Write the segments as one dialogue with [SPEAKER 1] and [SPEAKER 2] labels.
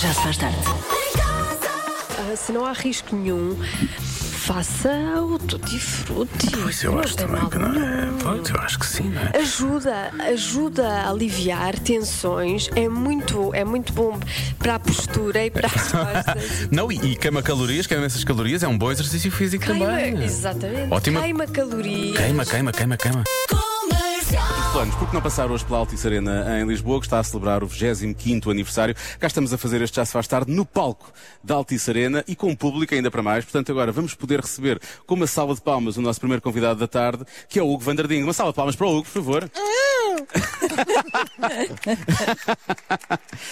[SPEAKER 1] Já se faz tarde.
[SPEAKER 2] Ah, se não há risco nenhum, faça o tutti frutti.
[SPEAKER 3] Pois eu
[SPEAKER 2] Não
[SPEAKER 3] acho
[SPEAKER 2] tem
[SPEAKER 3] também
[SPEAKER 2] mal
[SPEAKER 3] que não é.
[SPEAKER 2] nenhum.
[SPEAKER 3] Pois eu acho que sim, não é?
[SPEAKER 2] Ajuda, ajuda a aliviar tensões. É muito, é muito bom para a postura e para as costas.
[SPEAKER 3] Não, e, e queima calorias, queima essas calorias, é um bom exercício físico também.
[SPEAKER 2] exatamente.
[SPEAKER 3] Ótima-
[SPEAKER 2] Queima calorias.
[SPEAKER 3] Queima, queima, queima, queima.
[SPEAKER 4] Planos, porque não passar hoje pela Altice Arena em Lisboa, que está a celebrar o 25 aniversário. Cá estamos a fazer este Já Se Faz Tarde no palco da Altice Arena e com o público ainda para mais. Portanto, agora vamos poder receber com uma salva de palmas o nosso primeiro convidado da tarde, que é o Hugo Vandardinho. Uma salva de palmas para o Hugo, por favor.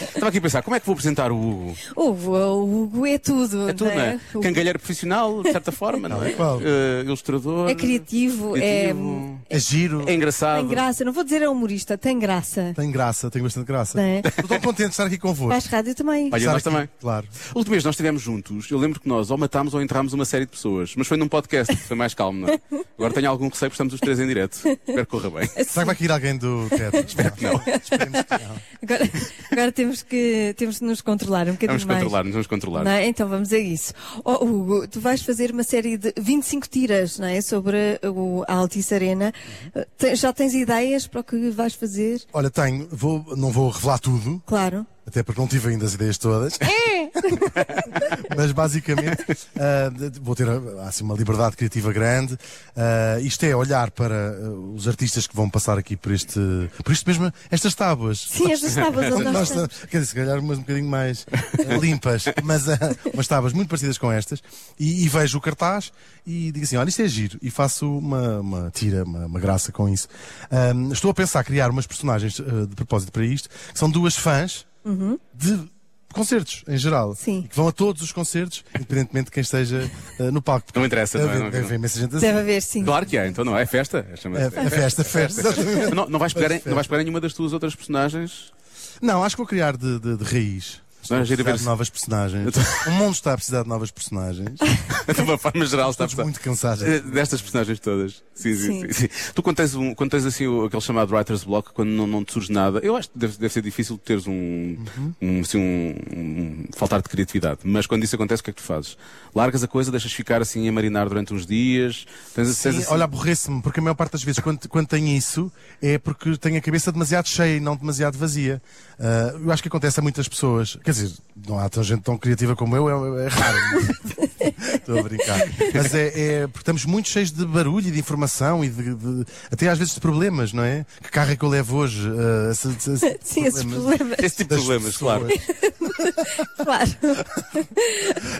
[SPEAKER 4] Estava aqui a pensar, como é que vou apresentar o Hugo?
[SPEAKER 5] O Hugo é tudo,
[SPEAKER 4] É tudo, não é?
[SPEAKER 5] O-
[SPEAKER 4] Cangalheiro profissional, de certa forma, não é?
[SPEAKER 6] Qual?
[SPEAKER 4] Eh, ilustrador.
[SPEAKER 5] É criativo,
[SPEAKER 4] criativo,
[SPEAKER 6] É giro.
[SPEAKER 4] É engraçado.
[SPEAKER 5] tem graça. Não vou dizer é humorista, tem graça.
[SPEAKER 6] Tem graça, tem bastante graça.
[SPEAKER 4] Né?
[SPEAKER 5] Tem.
[SPEAKER 6] Estou contente de estar aqui convosco.
[SPEAKER 5] Faz rádio também.
[SPEAKER 4] Olha,
[SPEAKER 6] Estar
[SPEAKER 4] nós
[SPEAKER 6] aqui,
[SPEAKER 4] também.
[SPEAKER 6] Claro.
[SPEAKER 4] O último mês nós estivemos juntos, eu lembro que nós ou matámos ou entrámos uma série de pessoas, mas foi num podcast, foi mais calmo, não é? Agora tenho algum receio porque estamos os três em direto. Espero que corra bem.
[SPEAKER 5] Assim.
[SPEAKER 6] Será que vai cair alguém do teto? Espero que não. Esperemos que não.
[SPEAKER 5] Agora, agora temos, que, temos de nos controlar um bocadinho
[SPEAKER 4] Vamos
[SPEAKER 5] mais.
[SPEAKER 4] controlar-nos, vamos controlar.
[SPEAKER 5] Não é? Então vamos a isso. Ó, Hugo, tu vais fazer uma série de 25 tiras não é? sobre o, a Altice Arena. Eh, te- já tens ideias para o que vais fazer?
[SPEAKER 6] Olha, tenho, vou, não vou revelar tudo,
[SPEAKER 5] Claro.
[SPEAKER 6] até porque não tive ainda as ideias todas, mas basicamente ah, de- vou ter ah, assim, uma liberdade criativa grande. Ah, isto é olhar para ah, os artistas que vão passar aqui por este, por isto mesmo, estas tábuas.
[SPEAKER 5] Sim, estas tábuas onde nós
[SPEAKER 6] Nós,
[SPEAKER 5] estamos.
[SPEAKER 6] quer dizer, se calhar umas um bocadinho mais eh, limpas, mas ah, umas tábuas muito parecidas com estas, e, e vejo o cartaz e digo assim: olha, isto é giro, e faço uma, uma tira, uma, uma graça com isso. Ahm, estou a pensar criar umas personagens eh, de propósito para isto, que são duas fãs de. Concertos, em geral.
[SPEAKER 5] Sim.
[SPEAKER 6] E Que vão a todos os concertos, independentemente de quem esteja eh, no palco.
[SPEAKER 4] Não interessa, não é?
[SPEAKER 6] Deve-
[SPEAKER 4] Não-
[SPEAKER 6] deve haver imensa gente assim.
[SPEAKER 5] Deve haver, sim.
[SPEAKER 4] Claro que é, então não é? É festa? É
[SPEAKER 6] É,
[SPEAKER 4] chamada-
[SPEAKER 6] é festa, festa. É exatamente.
[SPEAKER 4] Não, não, vais pegar em, não vais pegar em nenhuma das tuas outras personagens?
[SPEAKER 6] Não, acho que vou criar de, de, de raiz. Estou a
[SPEAKER 4] Não, é giro
[SPEAKER 6] precisar
[SPEAKER 4] ver
[SPEAKER 6] de
[SPEAKER 4] se-
[SPEAKER 6] novas personagens. O mundo está a precisar de novas personagens.
[SPEAKER 4] De uma forma geral, está a
[SPEAKER 6] Estamos
[SPEAKER 4] precisar.
[SPEAKER 6] muito cansados.
[SPEAKER 4] Eh, Destas personagens todas. Sim, sim,
[SPEAKER 5] Sim.
[SPEAKER 4] sim. sim. Tu quando tens, um, quando tens assim o- aquele chamado writer's block, quando não, não te surge nada, eu acho que deve, deve ser difícil teres um, um, assim, um, um faltar de criatividade. Mas quando isso acontece, o que é que tu fazes? Largas a coisa, deixas ficar assim a marinar durante uns dias, tens, tens
[SPEAKER 6] Sim,
[SPEAKER 4] assim-
[SPEAKER 6] olha, aborrece-me, porque a maior parte das vezes, quando, quando tenho isso, é porque tenho a cabeça demasiado cheia e não demasiado vazia. Ah, eu acho que acontece a muitas pessoas. Quer dizer, não há tão gente tão criativa como eu, é, é raro. Estou a brincar. Mas é, é porque estamos muito cheios de barulho e de informação e de, de- até às vezes de problemas, não é? Que carro é que eu levo hoje? Ah, esse- esse- esse-
[SPEAKER 5] Sim, esses problemas,
[SPEAKER 4] esse tipo de
[SPEAKER 6] das
[SPEAKER 4] problemas,
[SPEAKER 6] pessoas.
[SPEAKER 4] claro.
[SPEAKER 5] claro.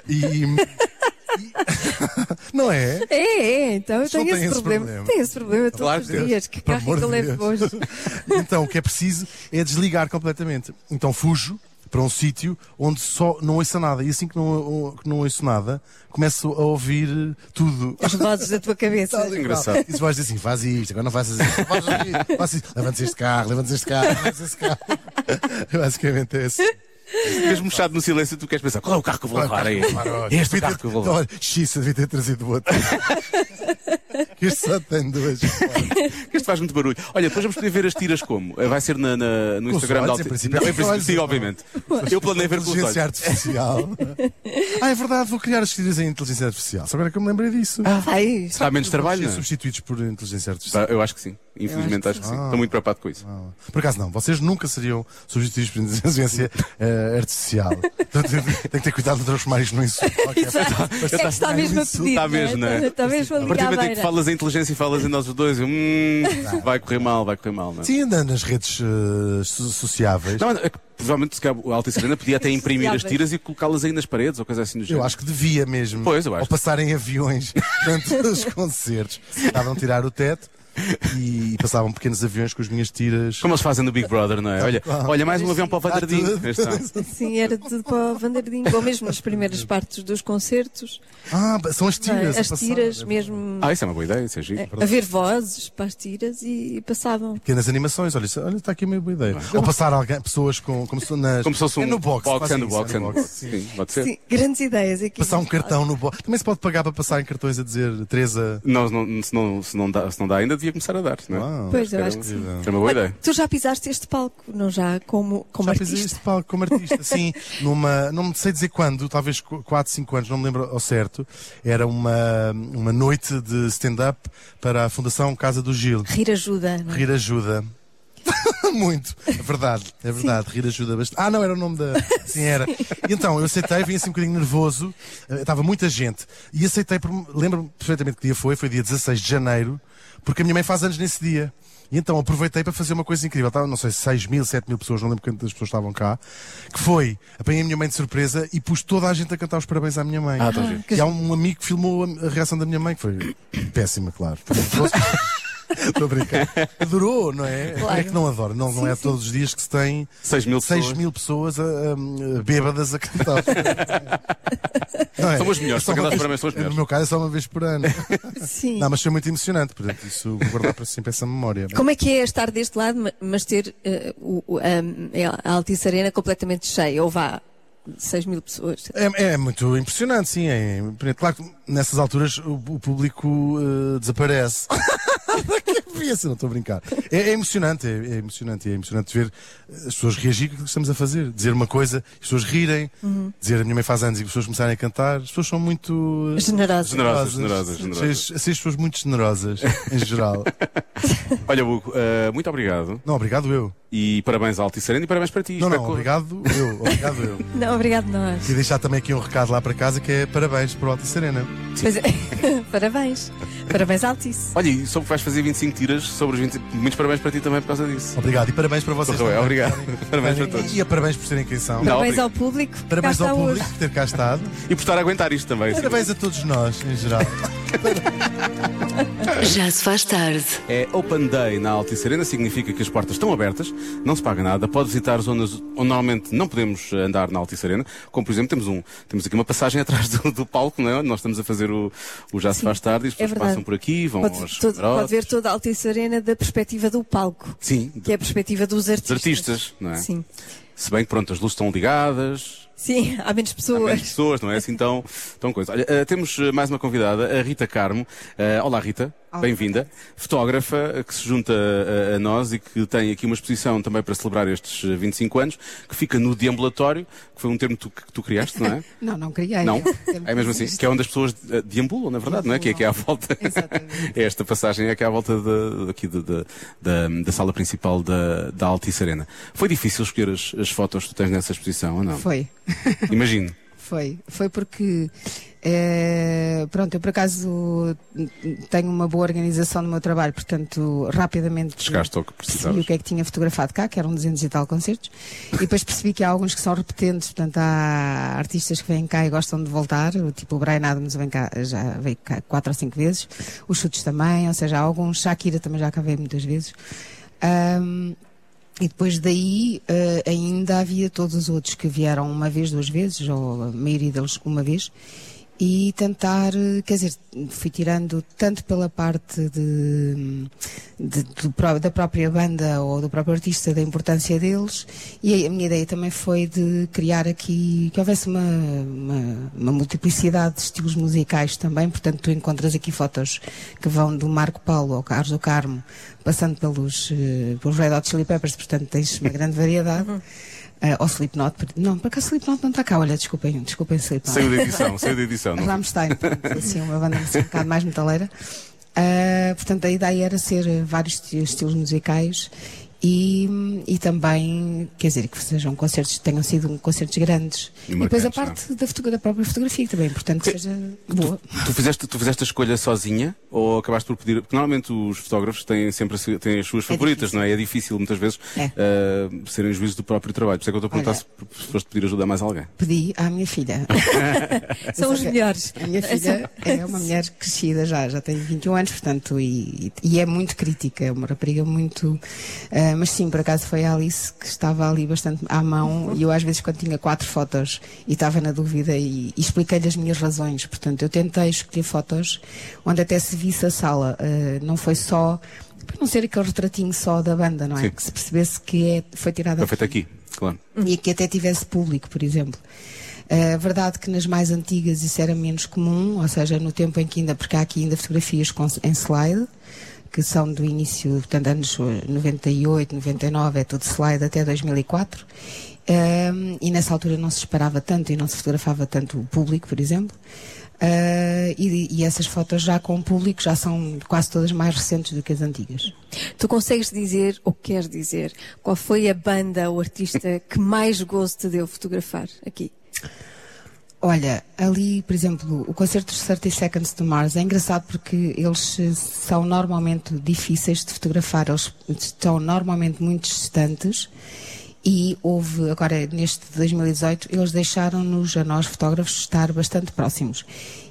[SPEAKER 6] E. e- não é?
[SPEAKER 5] É, é, então eu
[SPEAKER 6] Só
[SPEAKER 5] tenho
[SPEAKER 6] tem
[SPEAKER 5] esse,
[SPEAKER 6] esse
[SPEAKER 5] problema.
[SPEAKER 6] problema.
[SPEAKER 5] Tenho esse problema todos
[SPEAKER 4] Claro que
[SPEAKER 5] os
[SPEAKER 4] tem.
[SPEAKER 5] dias. Que
[SPEAKER 6] Por
[SPEAKER 5] carro é
[SPEAKER 6] amor
[SPEAKER 5] que eu
[SPEAKER 6] de
[SPEAKER 5] levo
[SPEAKER 6] Deus.
[SPEAKER 5] hoje?
[SPEAKER 6] então, o que é preciso é desligar completamente. Então, fujo para um sítio onde só não ouço nada. E assim que não, que não ouço nada, começo a ouvir tudo.
[SPEAKER 5] As vozes da tua
[SPEAKER 1] é
[SPEAKER 5] cabeça.
[SPEAKER 6] Tal e
[SPEAKER 4] engraçado.
[SPEAKER 6] qual. E tu vais dizer assim, faz isto, agora não fazes isto, faz isto, faz isto. Levantes este carro, levantes este carro, levantes este carro. Basicamente é isso.
[SPEAKER 4] Mesmo fechado no silêncio, tu queres pensar, qual é o carro que eu vou levar aí? Este é o carro que eu vou levar.
[SPEAKER 6] Olha, X, devia ter trazido outro. este só tem duas.
[SPEAKER 4] Este faz muito barulho. Olha, depois vamos poder ver as tiras como? Eh, Vai ser na, na- no
[SPEAKER 6] Com os
[SPEAKER 4] Instagram da
[SPEAKER 6] olhos, em
[SPEAKER 4] Alti-
[SPEAKER 6] princípio.
[SPEAKER 4] Não,
[SPEAKER 6] Com
[SPEAKER 4] em
[SPEAKER 6] os
[SPEAKER 4] princípio,
[SPEAKER 6] olhos,
[SPEAKER 4] sim,
[SPEAKER 6] não.
[SPEAKER 4] obviamente. Eu planei ver com os olhos.
[SPEAKER 6] Inteligência artificial. ah, é verdade, vou criar as tiras em inteligência artificial. Só agora que eu me lembrei disso.
[SPEAKER 5] Vai.
[SPEAKER 4] Está Ah, menos trabalho,
[SPEAKER 6] Vão
[SPEAKER 4] não é?
[SPEAKER 6] ser substituídos por inteligência artificial.
[SPEAKER 4] Tá, Eu acho que sim. Infelizmente acho que sim. Estou muito preocupado com isso.
[SPEAKER 6] Ah, Por acaso não, vocês nunca seriam substituídos por inteligência eh, artificial. Portanto, tem que ter cuidado de transformar isto num insulto. Ok,
[SPEAKER 5] É que está mesmo a pedir.
[SPEAKER 4] Está
[SPEAKER 5] não é?
[SPEAKER 4] mesmo, não é?
[SPEAKER 5] Está mesmo
[SPEAKER 4] A
[SPEAKER 5] ali
[SPEAKER 4] partir
[SPEAKER 5] à
[SPEAKER 4] do momento em que
[SPEAKER 5] beira.
[SPEAKER 4] falas em inteligência e falas em nós os dois, eu, hum, vai correr mal, vai correr mal. Não, é?
[SPEAKER 6] Sim, anda nas redes eh, so- sociáveis.
[SPEAKER 4] não é que, provavelmente se calhar, a Alta Serena podia até imprimir as tiras e colocá-las aí nas paredes ou coisa assim do género.
[SPEAKER 6] Eu acho que devia mesmo.
[SPEAKER 4] Pois, eu acho.
[SPEAKER 6] Ou passarem aviões durante os concertos. Estavam a tirar o teto e passavam pequenos aviões com as minhas tiras.
[SPEAKER 4] Como eles fazem no Big Brother, não é? Olha, olha mais um avião para o Vandardinho.
[SPEAKER 6] tudo.
[SPEAKER 4] Aí está.
[SPEAKER 5] Sim, era tudo para o Vanderdinho. Ou mesmo nas primeiras partes dos concertos.
[SPEAKER 6] Ah, são as
[SPEAKER 5] não é?
[SPEAKER 6] tiras. a
[SPEAKER 5] As
[SPEAKER 6] passar.
[SPEAKER 5] tiras mesmo.
[SPEAKER 4] Ah, isso é uma boa ideia, isso é giro.
[SPEAKER 5] a Haver vozes para as tiras e passavam.
[SPEAKER 6] Pequenas animações, olha, isso- olha, está aqui uma boa ideia. Ou passar alguém, pessoas com, como se, nas,
[SPEAKER 4] é? Como se fosse um
[SPEAKER 6] é no box,
[SPEAKER 4] box
[SPEAKER 6] fazem
[SPEAKER 4] and
[SPEAKER 6] isso,
[SPEAKER 4] box
[SPEAKER 6] é
[SPEAKER 4] and
[SPEAKER 6] no
[SPEAKER 4] box.
[SPEAKER 6] box.
[SPEAKER 4] Sim, pode ser.
[SPEAKER 5] Sim, grandes ideias aqui.
[SPEAKER 6] É. Passar um cartão no box. Também se pode pagar para passar em cartões a dizer Teresa.
[SPEAKER 4] Não, se não, se não, se não dá, se não dá ainda, devia começar a dar. Não é?
[SPEAKER 6] Uau.
[SPEAKER 5] Pois, eu
[SPEAKER 4] era
[SPEAKER 5] acho que sim.
[SPEAKER 4] Era uma boa ideia.
[SPEAKER 5] Tu já pisaste este palco, não já? Como, como
[SPEAKER 6] Já fiz
[SPEAKER 5] artista.
[SPEAKER 6] este palco como artista, sim, numa, não me sei dizer quando, talvez 4, 5 anos, não me lembro ao certo. Era uma, uma noite de stand-up para a Fundação Casa do Gil.
[SPEAKER 5] Rir ajuda, não é?
[SPEAKER 6] Rir ajuda. Muito, é verdade, é verdade, rir ajuda bastante. Ah, não, era o nome da. Sim, era. E então, eu aceitei, vim assim um bocadinho nervoso, eh, estava muita gente, e aceitei, por- lembro-me perfeitamente que dia foi, foi dia 16 de janeiro, porque a minha mãe faz anos nesse dia. E então aproveitei para fazer uma coisa incrível. Estava, não sei, 6 mil, 7 mil pessoas, não lembro quantas pessoas estavam cá. Que foi, apanhei a minha mãe de surpresa e pus toda a gente a cantar os parabéns à minha mãe.
[SPEAKER 4] Ah, tá giro.
[SPEAKER 6] e há um amigo que filmou a- a reação da minha mãe, que foi péssima, claro. Estou a brincar. Adorou, não é? Como é que não adora? Não, não é todos os dias que se tem
[SPEAKER 4] 6 mil
[SPEAKER 6] 6
[SPEAKER 4] pessoas.
[SPEAKER 6] mil pessoas a, a- bêbadas a cantar. Não é?
[SPEAKER 4] São as melhores,
[SPEAKER 6] É só
[SPEAKER 4] para
[SPEAKER 6] uma
[SPEAKER 4] cantar parabéns
[SPEAKER 6] vez-
[SPEAKER 4] são as
[SPEAKER 6] No
[SPEAKER 4] melhores.
[SPEAKER 6] meu caso é só uma vez por ano.
[SPEAKER 5] Sim.
[SPEAKER 6] Não, mas foi muito emocionante, portanto, isso vou guardar para sempre essa memória.
[SPEAKER 5] Como é que é estar deste lado, ma- mas ter eh, o- o- a- a Altice Arena completamente cheia? Ou vá, 6 mil pessoas?
[SPEAKER 6] É, é muito impressionante, sim. É, impressionante. claro que nessas alturas o, o público eh, desaparece. Que isso, não estou a brincar. É, é emocionante, é, é emocionante, é emocionante ver eh, as pessoas reagirem com o que estamos a fazer, dizer uma coisa, as pessoas rirem, dizer a minha mãe faz anos e as pessoas começarem a cantar. As pessoas são muito eh,
[SPEAKER 5] Generosa.
[SPEAKER 4] Generosas, generosas, generosas.
[SPEAKER 6] Seis, seis pessoas muito generosas, em geral.
[SPEAKER 4] Olha, Hugo, eh, muito obrigado.
[SPEAKER 6] não, obrigado eu.
[SPEAKER 4] E parabéns à Altice Arena e parabéns para ti. é
[SPEAKER 6] Não,
[SPEAKER 4] Espero
[SPEAKER 6] não,
[SPEAKER 4] que-
[SPEAKER 6] obrigado eu, obrigado eu.
[SPEAKER 5] Não, obrigado nós.
[SPEAKER 6] E deixar também aqui um recado lá para casa que é parabéns para o Alta Serena.
[SPEAKER 5] Pois é. Parabéns. Parabéns, Altice.
[SPEAKER 4] Olha, e soube que vais fazer 25 tiras sobre os 20. Muitos parabéns para ti também por causa disso.
[SPEAKER 6] Obrigado e parabéns para vocês.
[SPEAKER 4] Correu bem,
[SPEAKER 6] também.
[SPEAKER 4] obrigado. Parabéns para todos.
[SPEAKER 6] E a parabéns por serem quem são.
[SPEAKER 4] Não,
[SPEAKER 5] Parabéns
[SPEAKER 4] obrigado.
[SPEAKER 5] ao público. que
[SPEAKER 6] Parabéns
[SPEAKER 5] cá
[SPEAKER 6] ao
[SPEAKER 5] está
[SPEAKER 6] público
[SPEAKER 5] hoje.
[SPEAKER 6] por ter cá estado.
[SPEAKER 4] E por estar a aguentar isto também. assim. sim.
[SPEAKER 6] Parabéns a todos nós, em geral.
[SPEAKER 1] Já se faz tarde.
[SPEAKER 4] É Open Day na Altice Arena, significa que as portas estão abertas, não se paga nada, pode visitar zonas onde normalmente não podemos eh, andar na Altice Arena, como por exemplo temos um, temos aqui uma passagem atrás do, do palco, não é? Onde Nós estamos a fazer o, o Já se faz tarde, e as
[SPEAKER 5] é
[SPEAKER 4] pessoas
[SPEAKER 5] verdade.
[SPEAKER 4] passam por aqui, vão aos
[SPEAKER 5] Pode, todo-
[SPEAKER 4] camarotes.
[SPEAKER 5] pode ver toda a Altice Arena da perspectiva do palco,
[SPEAKER 4] Sim,
[SPEAKER 5] que é a perspectiva dos
[SPEAKER 4] dos
[SPEAKER 5] artistas.
[SPEAKER 4] artistas, não é?
[SPEAKER 5] Sim.
[SPEAKER 4] Se bem que pronto, as luzes estão ligadas,
[SPEAKER 5] Sim, há menos
[SPEAKER 4] Há
[SPEAKER 5] pessoas.
[SPEAKER 4] menos pessoas, não é assim tão, tão coisa. Olha, eh, temos eh, mais uma convidada, a Rita Carmo. Eh, olá, Rita. Bem-vinda. Fotógrafa eh, que se junta eh, a nós e que tem aqui uma exposição também para celebrar estes eh, 25 anos, que fica no deambulatório, que foi um termo tu- que tu criaste, não é?
[SPEAKER 7] Não, não criei.
[SPEAKER 4] Não?
[SPEAKER 7] Eu-
[SPEAKER 4] É mesmo assim? Que é onde as pessoas eh, deambulam, na verdade, não é? Que é aqui à volta.
[SPEAKER 7] Exatamente.
[SPEAKER 4] É Esta passagem é aqui à volta da, daqui da, da, da, da sala principal da, da Altice Arena. Foi difícil escolher as, as fotos que tu tens nessa exposição, ou não?
[SPEAKER 7] Foi,
[SPEAKER 4] Imagino.
[SPEAKER 7] foi. Foi porque, eh, pronto, eu por acaso tenho uma boa organização no meu trabalho, portanto, rapidamente.
[SPEAKER 4] Chegaste ao que
[SPEAKER 7] Percebi
[SPEAKER 4] precisavas.
[SPEAKER 7] o que é que tinha fotografado cá, que eram 200 e tal concertos, e depois percebi que há alguns que são repetentes, portanto há artistas que vêm cá e gostam de voltar, o tipo o Brian Adams vem cá, já veio cá quatro ou cinco vezes, os chutes também, ou seja, há alguns, Shakira também já cá veio muitas vezes. Ahm, E depois daí eh, ainda havia todos os outros que vieram uma vez, duas vezes, ou a maioria deles uma vez, e tentar, eh, quer dizer, fui tirando tanto pela parte de, de- do pró- da própria banda ou do próprio artista, da importância deles, e aí a minha ideia também foi de criar aqui, que houvesse uma, uma, uma multiplicidade de estilos musicais também, portanto tu encontras aqui fotos que vão do Marco Paulo ao Carlos do Carmo, passando pelos, eh, pelos Red Hot Chili Peppers, portanto tens uma grande variedade. Eh, ou Slipknot, per- não, por acaso Slipknot não está cá, olha, desculpem, desculpem Slipknot.
[SPEAKER 4] Saiu da edição, saiu da edição. Não?
[SPEAKER 7] Rammstein, portanto, assim, uma banda assim, um bocado mais metaleira. Ah, portanto, a ideia era ser eh, vários esti- estilos musicais e, e também, quer dizer, que sejam concertos, tenham sido um- concertos grandes.
[SPEAKER 4] E
[SPEAKER 7] E, depois a
[SPEAKER 4] marcantes, é?
[SPEAKER 7] parte da, fotogra- da própria fotografia, que também é importante que seja boa.
[SPEAKER 4] Tu fizeste, tu fizeste a escolha sozinha ou acabaste por pedir? Porque normalmente os fotógrafos têm sempre a se- têm as suas favoritas,
[SPEAKER 7] difícil.
[SPEAKER 4] não é? É difícil muitas vezes
[SPEAKER 7] É.
[SPEAKER 4] ah, serem juízes do próprio trabalho. Por isso é que eu estou a perguntar
[SPEAKER 7] Olha.
[SPEAKER 4] se, se foste pedir ajuda a mais alguém.
[SPEAKER 7] Pedi à minha filha.
[SPEAKER 5] São os
[SPEAKER 7] Exato.
[SPEAKER 5] melhores.
[SPEAKER 7] A minha filha é uma mulher crescida já, já tem 21 anos, portanto, e, e é muito crítica, é uma rapariga muito. ah, mas sim, por acaso foi a Alice que estava ali bastante à mão e eu, às vezes, quando tinha quatro fotos e estava na dúvida, e, e expliquei-lhe as minhas razões. Portanto, eu tentei escolher fotos onde até se visse a sala, ah, não foi só. Para não ser aquele retratinho só da banda, não é?
[SPEAKER 4] Sim.
[SPEAKER 7] Que se percebesse que é, foi tirada
[SPEAKER 4] Foi feito aqui, claro.
[SPEAKER 7] e que até tivesse público, por exemplo. É verdade que nas mais antigas isso era menos comum, ou seja, no tempo em que ainda, porque há aqui ainda fotografias com, em slide, que são do início, portanto, anos 98, 99, é tudo slide até 2004. Um, e nessa altura não se disparava tanto e não se fotografava tanto o público, por exemplo. Uh, e, e, essas fotos já com o público já são quase todas mais recentes do que as antigas.
[SPEAKER 5] Tu consegues dizer, ou queres dizer, qual foi a banda ou artista que mais gozo te deu fotografar aqui?
[SPEAKER 7] Olha, ali, por exemplo, o concerto dos 30 Seconds to Mars é engraçado porque eles são normalmente difíceis de fotografar, eles estão normalmente muito distantes e houve, agora neste 2018, eles deixaram-nos, a nós fotógrafos, estar bastante próximos.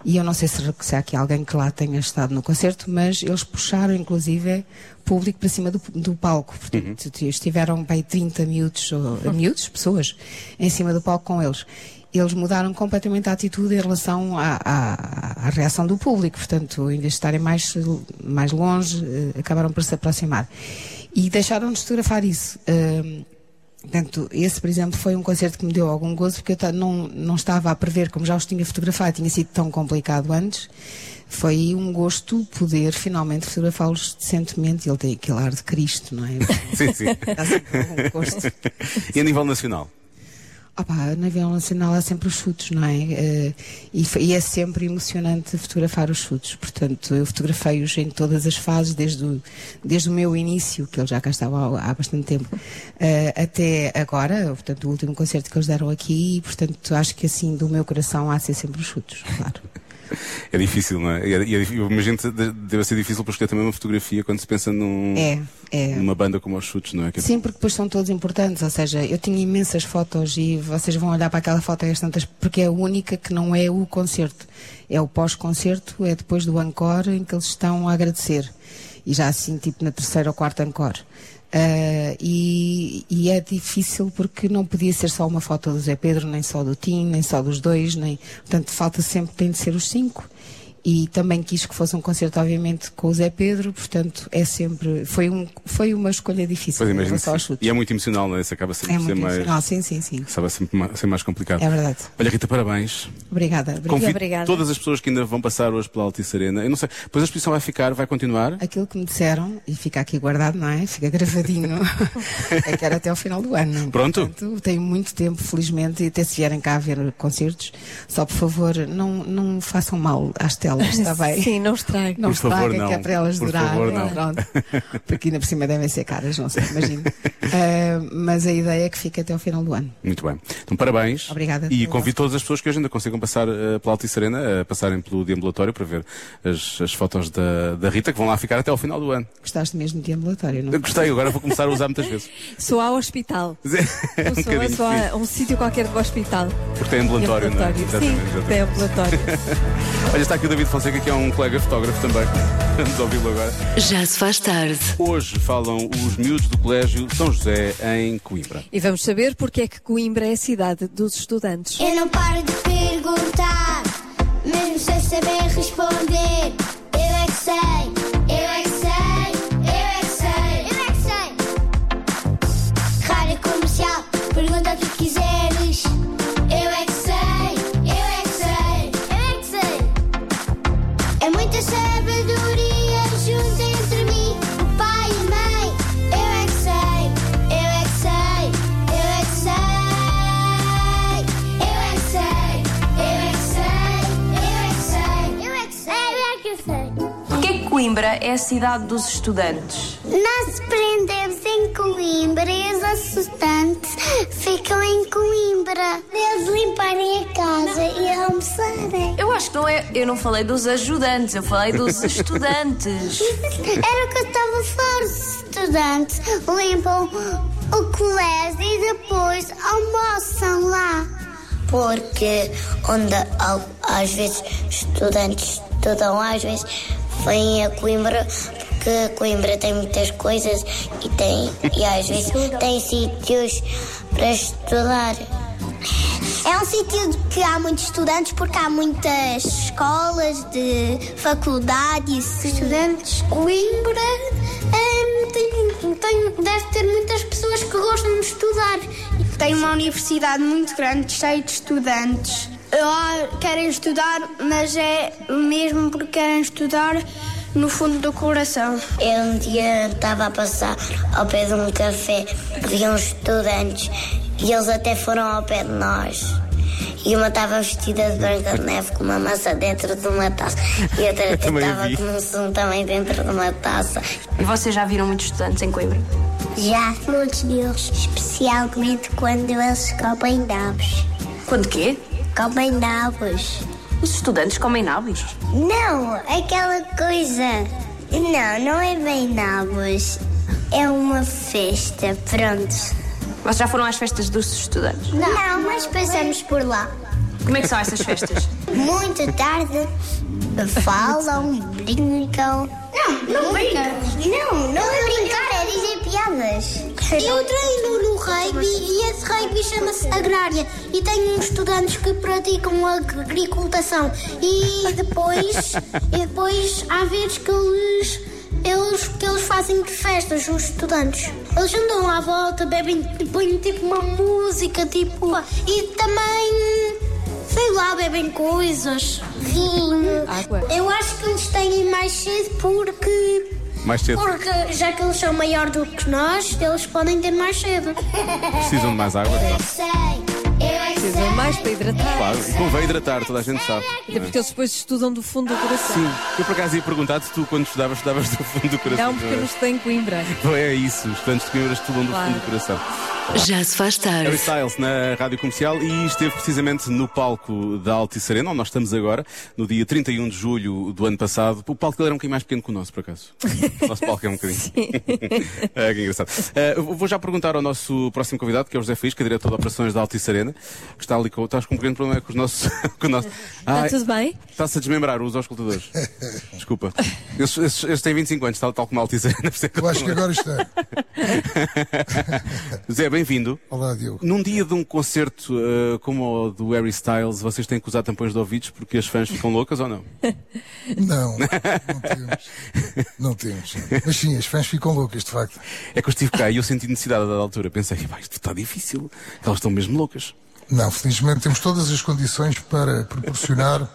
[SPEAKER 7] E eu não sei se, se há aqui alguém que lá tenha estado no concerto, mas eles puxaram, inclusive, público para cima do, do palco. Portanto, uhum. estiveram bem 30 miúdos, ou, miúdos, pessoas, em cima do palco com eles eles mudaram completamente a atitude em relação à, à, à, reação do público. Portanto, em vez de estarem mais, mais longe, eh, acabaram por se aproximar. E deixaram-nos fotografar isso. Uh, portanto, esse, por exemplo, foi um concerto que me deu algum gozo, porque eu não, não estava a prever, como já os tinha fotografado, tinha sido tão complicado antes. Foi um gosto poder finalmente fotografá-los decentemente. Ele tem aquele ar de Cristo, não é?
[SPEAKER 4] sim, sim. Um gosto. E a nível nacional?
[SPEAKER 7] Opa, oh, na avião nacional há sempre os chutes, não é? E, e, é sempre emocionante fotografar os chutes. Portanto, eu fotografei-os em todas as fases, desde o, desde o meu início, que eles já cá estavam há, há bastante tempo, uh, até agora, portanto, o último concerto que eles deram aqui, e, portanto, acho que assim, do meu coração há ser sempre os chutes, claro.
[SPEAKER 4] É difícil, não é? E é, é, eu imagino que deve ser difícil para escolher também uma fotografia quando se pensa num, é, é. numa banda como os Chutes, não é?
[SPEAKER 7] Sim, porque depois são todos importantes. Ou seja, eu tinha imensas fotos e vocês vão olhar para aquela foto às tantas, porque é a única que não é o concerto. É o pós-concerto, é depois do encore em que eles estão a agradecer. E já assim, tipo na terceira ou quarta encore. Uh, e, e, é difícil porque não podia ser só uma foto do Zé Pedro, nem só do Tim, nem só dos dois, nem, portanto, falta sempre, tem de ser os cinco. E também quis que fosse um concerto, obviamente, com o Zé Pedro, portanto, é sempre, foi, um, foi uma escolha difícil.
[SPEAKER 4] tipo, Pois imagino, só chutes. E é muito emocional, não é? Isso acaba sempre
[SPEAKER 7] é
[SPEAKER 4] por ser
[SPEAKER 7] muito
[SPEAKER 4] mais.
[SPEAKER 7] Emocional, sim, sim, sim.
[SPEAKER 4] Acaba sempre mais, ser mais complicado.
[SPEAKER 7] É verdade.
[SPEAKER 4] Olha, Rita, parabéns.
[SPEAKER 7] Obrigada. obrigada.
[SPEAKER 4] Convido
[SPEAKER 2] Obrigada.
[SPEAKER 4] todas as pessoas que ainda vão passar hoje pela Altice Arena. Eu não sei, pois a exposição vai ficar, vai continuar?
[SPEAKER 7] Aquilo que me disseram, e fica aqui guardado, não é? Fica gravadinho. é que era até ao final do ano.
[SPEAKER 4] Pronto.
[SPEAKER 7] Portanto, tenho muito tempo, felizmente, e até se vierem cá a ver concertos, só por favor, não, não façam mal às telas, está bem?
[SPEAKER 5] Sim, não estrague.
[SPEAKER 7] Não
[SPEAKER 4] Por favor,
[SPEAKER 7] estraguem, que é
[SPEAKER 4] não.
[SPEAKER 7] para elas
[SPEAKER 4] Por
[SPEAKER 7] durarem.
[SPEAKER 4] favor, não.
[SPEAKER 7] Pronto. Porque ainda por cima devem ser caras, não sei, imagino. Ah, mas a ideia é que fique até ao final do ano.
[SPEAKER 4] Muito bem. Então, parabéns.
[SPEAKER 7] Obrigada.
[SPEAKER 4] E
[SPEAKER 7] Obrigada.
[SPEAKER 4] convido todas as pessoas que hoje ainda consigam passar eh, pela Altice Arena, a passarem pelo deambulatório para ver as, as fotos da, da Rita, que vão lá ficar até ao final do ano.
[SPEAKER 7] Gostaste mesmo de ambulatório, não?
[SPEAKER 4] Eu gostei, agora vou começar a usar muitas vezes.
[SPEAKER 5] Sou ao hospital.
[SPEAKER 4] É um
[SPEAKER 5] Sou
[SPEAKER 4] bocadinho
[SPEAKER 5] só
[SPEAKER 4] difícil,
[SPEAKER 5] a um sítio qualquer do hospital.
[SPEAKER 4] porque tem ambulatório, não é?
[SPEAKER 5] Ambulatório. Sim,
[SPEAKER 4] Exatamente, exatamente.
[SPEAKER 5] tem ambulatório.
[SPEAKER 4] Olha, está aqui o David Fonseca, que é um colega fotógrafo também. Vamos ouvi-lo agora.
[SPEAKER 1] Já se faz tarde.
[SPEAKER 4] Hoje falam os miúdos do Colégio São José, em Coimbra.
[SPEAKER 5] E vamos saber porque é que Coimbra é a cidade dos estudantes.
[SPEAKER 8] Eu não paro de perguntar, mesmo sem saber responder. Eu é que sei, eu é que sei, eu é que sei, eu é que sei. Rádio comercial, pergunta o que quiseres. Eu é que sei, eu é que sei, eu é que sei. É muita sabedoria junta entre mim, o pai e a mãe. Eu é que sei, eu é que sei, eu é que sei. Eu é que sei, eu é que sei, eu é que sei, eu é que sei. Eu é que sei.
[SPEAKER 9] Porquê que Coimbra é a cidade dos estudantes?
[SPEAKER 8] Nós prendemos em Coimbra e os assustantes ficam em Coimbra. Eles limparem a casa e almoçarem.
[SPEAKER 9] Eu acho que não é. Eu não falei dos ajudantes, eu falei dos estudantes.
[SPEAKER 8] Era o que eu estava a falar. Os estudantes limpam o colégio e depois almoçam lá. Porque onde al- às vezes estudantes estudam, às vezes vêm a Coimbra, porque Coimbra tem muitas coisas e, tem, e às vezes tem sítios para estudar. É um sítio de que há muitos estudantes porque há muitas escolas de faculdades. Estudantes Coimbra hum, tem, tem- deve ter muitas pessoas que gostam de estudar.
[SPEAKER 10] Tem uma universidade muito grande, cheia de ah, estudantes. Lá querem estudar, mas é mesmo porque querem estudar no fundo do coração.
[SPEAKER 8] Eu um dia estava a passar ao pé de um café, vi uns estudantes e eles até foram ao pé de nós. E uma estava vestida de branca de neve com uma maçã dentro de uma taça e outra
[SPEAKER 4] também
[SPEAKER 8] estava
[SPEAKER 4] vi.
[SPEAKER 8] com um sumo também dentro de uma taça.
[SPEAKER 9] E vocês já viram muitos estudantes em Coimbra?
[SPEAKER 8] Já muitos deles, especialmente quando eles comem nabos.
[SPEAKER 9] Quando quê?
[SPEAKER 8] Comem nabos.
[SPEAKER 9] Os estudantes comem nabos?
[SPEAKER 8] Não, aquela coisa. Não, não é bem nabos. É uma festa, pronto.
[SPEAKER 9] Vocês já foram às festas dos estudantes?
[SPEAKER 8] Não, mas passamos por lá.
[SPEAKER 9] Como é que são essas festas?
[SPEAKER 8] Muito tarde, falam, brincam. Não, não brinca. Não, não é brincar, é dizer piadas.
[SPEAKER 10] Eu treino no rugby e esse rugby chama-se agrária e tenho uns estudantes que praticam a agricultação e depois, e depois há vezes que eles, eles, que eles fazem festas, os estudantes. Eles andam à volta, bebem, põem tipo uma música, tipo, e também, sei lá, bebem coisas, vinho.
[SPEAKER 2] Água.
[SPEAKER 10] Eu acho que eles têm mais cedo porque...
[SPEAKER 4] Mais cedo.
[SPEAKER 10] Porque já que eles são maior do que nós, eles podem ter mais cedo.
[SPEAKER 4] Precisam de mais água?
[SPEAKER 10] Sei, eu é que
[SPEAKER 2] Precisam mais para hidratar.
[SPEAKER 4] Claro, e convém hidratar, toda a gente sabe. é?
[SPEAKER 2] Até porque eles depois estudam do fundo do coração.
[SPEAKER 4] Sim, eu por acaso ia perguntar se tu, quando estudavas, estudavas do fundo do coração. é.
[SPEAKER 1] Não, porque eu não estou em um Coimbra.
[SPEAKER 4] não é? É isso, os estudantes de Coimbra estudam do fundo do coração.
[SPEAKER 1] Já se faz
[SPEAKER 4] Harry
[SPEAKER 1] tarde.
[SPEAKER 4] Styles na Rádio Comercial e esteve precisamente no palco da Altice Arena, onde nós estamos agora, no dia 31 de julho do ano passado. O palco dele era um bocadinho mais pequeno que o nosso, por acaso. O nosso palco é um bocadinho. Ah, que engraçado. Ah, eu vou já perguntar ao nosso próximo convidado, que é o José Fis, que é diretor de operações da Altice Arena, que está ali com. Estás com um grande problema com os nossos. com o nosso... Ai,
[SPEAKER 1] Tá tudo bem?
[SPEAKER 4] Está-se a desmembrar os auscultadores. Desculpa. Esses, esses- esses têm 25 anos, tal, tal como a Altice Arena. por isso é que
[SPEAKER 11] Eu
[SPEAKER 4] eu
[SPEAKER 11] acho que
[SPEAKER 4] tô-
[SPEAKER 11] agora está.
[SPEAKER 4] José, bem-vindo.
[SPEAKER 11] Olá, Diogo.
[SPEAKER 4] Num dia de um concerto eh, como o do Harry Styles, vocês têm que usar tampões de ouvidos porque as fãs ficam loucas ou não?
[SPEAKER 11] Não, não temos. Não temos. Mas sim, as fãs ficam loucas, de facto.
[SPEAKER 4] É que eu estive cá e eu senti necessidade a dada altura. Pensei, "Epá, isto está difícil, elas estão mesmo loucas.
[SPEAKER 11] Não, felizmente temos todas as condições para proporcionar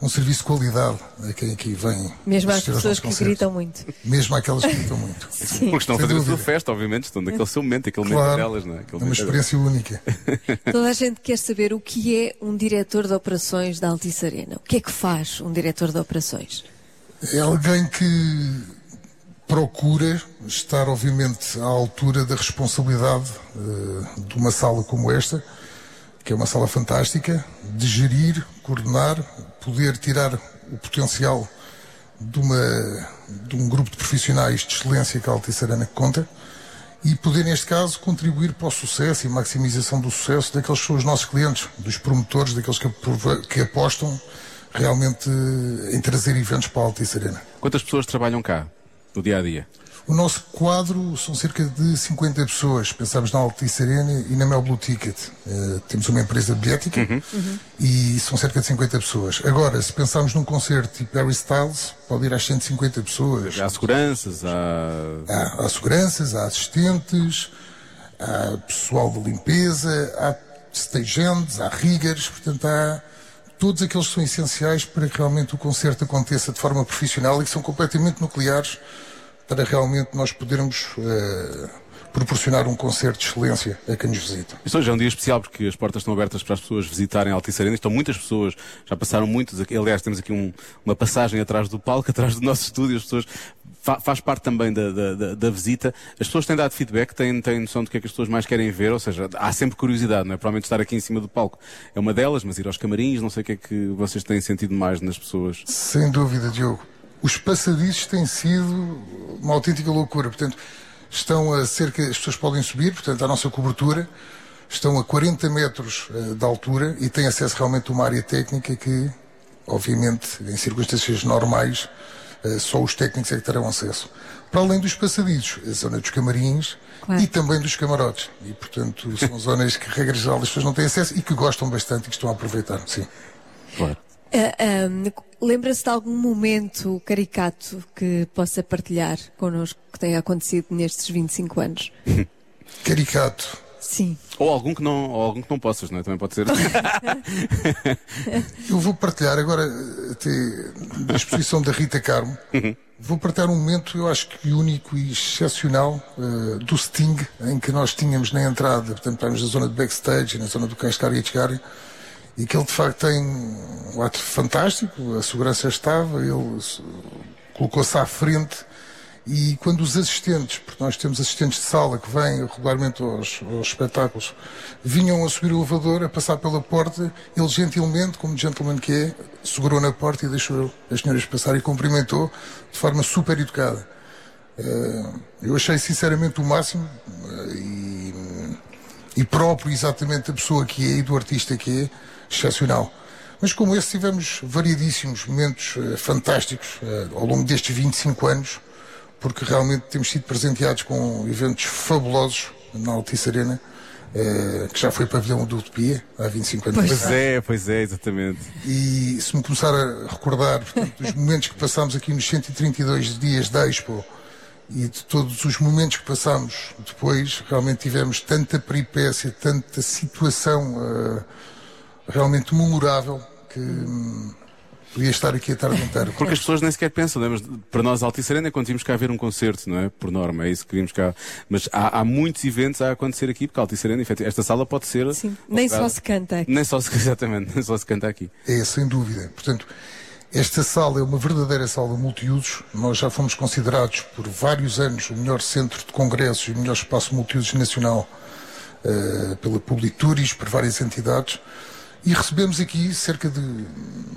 [SPEAKER 11] um serviço de qualidade a quem aqui vem.
[SPEAKER 1] Mesmo às
[SPEAKER 11] assistir aos
[SPEAKER 1] pessoas
[SPEAKER 11] nossos
[SPEAKER 1] que
[SPEAKER 11] concertos.
[SPEAKER 1] gritam muito.
[SPEAKER 11] Mesmo àquelas que gritam muito.
[SPEAKER 4] Porque estão a
[SPEAKER 11] Sem
[SPEAKER 4] fazer a sua
[SPEAKER 11] dúvida.
[SPEAKER 4] festa, obviamente, estão naquele seu momento, aquele momento
[SPEAKER 11] Claro,
[SPEAKER 4] delas, não é?
[SPEAKER 11] é
[SPEAKER 4] Aquele
[SPEAKER 11] uma
[SPEAKER 4] momento delas.
[SPEAKER 11] experiência única.
[SPEAKER 1] Toda a gente quer saber o que é um diretor de operações da Altice Arena. O que é que faz um diretor de operações?
[SPEAKER 11] É alguém que procura estar, obviamente, à altura da responsabilidade eh, de uma sala como esta, que é uma sala fantástica, de gerir, coordenar, poder tirar o potencial de, uma- de um grupo de profissionais de excelência que a Altice Arena conta e poder, neste caso, contribuir para o sucesso e maximização do sucesso daqueles que são os nossos clientes, dos promotores, daqueles que, aprova- que apostam realmente eh, em trazer eventos para a Altice Arena.
[SPEAKER 4] Quantas pessoas trabalham cá, no dia a dia?
[SPEAKER 11] O nosso quadro são cerca de 50 pessoas. Pensamos na Altice Arena e na Mel Blue Ticket. Eh, temos uma empresa de bilhética
[SPEAKER 4] Uhum.
[SPEAKER 11] e são cerca de 50 pessoas. Agora, se pensarmos num concerto tipo Harry Styles, pode ir às 150 pessoas.
[SPEAKER 4] Há seguranças, há.
[SPEAKER 11] Há, há seguranças, há assistentes, há pessoal de limpeza, há stageands, há riggers, portanto há todos aqueles que são essenciais para que realmente o concerto aconteça de forma profissional e que são completamente nucleares para realmente nós podermos eh, proporcionar um concerto de excelência a quem nos visita.
[SPEAKER 4] Isto hoje é um dia especial porque as portas estão abertas para as pessoas visitarem a Altice Arena. Estão muitas pessoas, já passaram muitos. aqui. Aliás, temos aqui um- uma passagem atrás do palco, atrás do nosso estúdio. As pessoas fa- faz parte também da, da- da- da visita. As pessoas têm dado feedback, têm, têm noção do que é que as pessoas mais querem ver. Ou seja, há sempre curiosidade, não é? Provavelmente estar aqui em cima do palco é uma delas, mas ir aos camarins, não sei o que é que vocês têm sentido mais nas pessoas.
[SPEAKER 11] Sem dúvida, Diogo. Os passadiços têm sido uma autêntica loucura. Portanto, estão a cerca. As pessoas podem subir, portanto, a nossa cobertura. Estão a 40 metros eh, de altura e têm acesso realmente a uma área técnica que, obviamente, em circunstâncias normais, eh, só os técnicos é que terão acesso. Para além dos passadiços, a zona dos camarins e também dos camarotes. E, portanto, são zonas que, regra geral, as pessoas não têm acesso e que gostam bastante e que estão a aproveitar, sim.
[SPEAKER 4] Claro.
[SPEAKER 1] Ah, ah, Lembra-se de algum momento caricato que possa partilhar connosco que tenha acontecido nestes 25 anos?
[SPEAKER 11] Caricato.
[SPEAKER 5] Sim.
[SPEAKER 4] Ou algum que não, ou algum que não possas, não é? Também pode ser.
[SPEAKER 11] Eu vou partilhar agora, até da exposição da Rita Carmo, vou partilhar um momento, eu acho que único e excepcional, eh, do Sting, em que nós tínhamos na entrada, portanto, estávamos na zona de backstage, na zona do Cascar e Chegar, e que ele de facto tem um ato fantástico, a segurança estava, ele se- colocou-se à frente e quando os assistentes, porque nós temos assistentes de sala que vêm regularmente aos, aos espetáculos, vinham a subir o elevador, a passar pela porta, ele gentilmente, como gentleman que é, segurou na porta e deixou as senhoras passar e cumprimentou de forma super educada. Eh, Eu achei sinceramente o máximo eh, e, e próprio exatamente da pessoa que é e do artista que é, excepcional. Mas como esse tivemos variedíssimos momentos eh, fantásticos eh, ao longo destes 25 anos, porque realmente temos sido presenteados com eventos fabulosos na Altice Arena, eh, que já foi pavilhão do Utopia há 25 anos
[SPEAKER 4] pois é, pois é, exatamente.
[SPEAKER 11] e se me começar a recordar portanto, dos momentos que passámos aqui nos 132 dias da Expo e de todos os momentos que passámos depois, realmente tivemos tanta peripécia, tanta situação ah, realmente memorável que hum, podia estar aqui a tarde inteira.
[SPEAKER 4] Porque as pessoas nem sequer pensam, não é? mas para nós Altice Arena é quando vimos cá ver um concerto, não é? Por norma, é isso que vimos cá. Mas há, há muitos eventos a acontecer aqui, porque Altice Arena, efetivamente, esta sala pode ser...
[SPEAKER 5] Sim, nem só se
[SPEAKER 1] é.
[SPEAKER 5] canta aqui.
[SPEAKER 4] Nem só se, exatamente, nem só se canta aqui.
[SPEAKER 11] É, sem dúvida. Portanto, esta sala é uma verdadeira sala multiusos. Nós já fomos considerados por vários anos o melhor centro de congressos e o melhor espaço multiusos nacional eh, pela Public Tours, por várias entidades. E recebemos aqui cerca de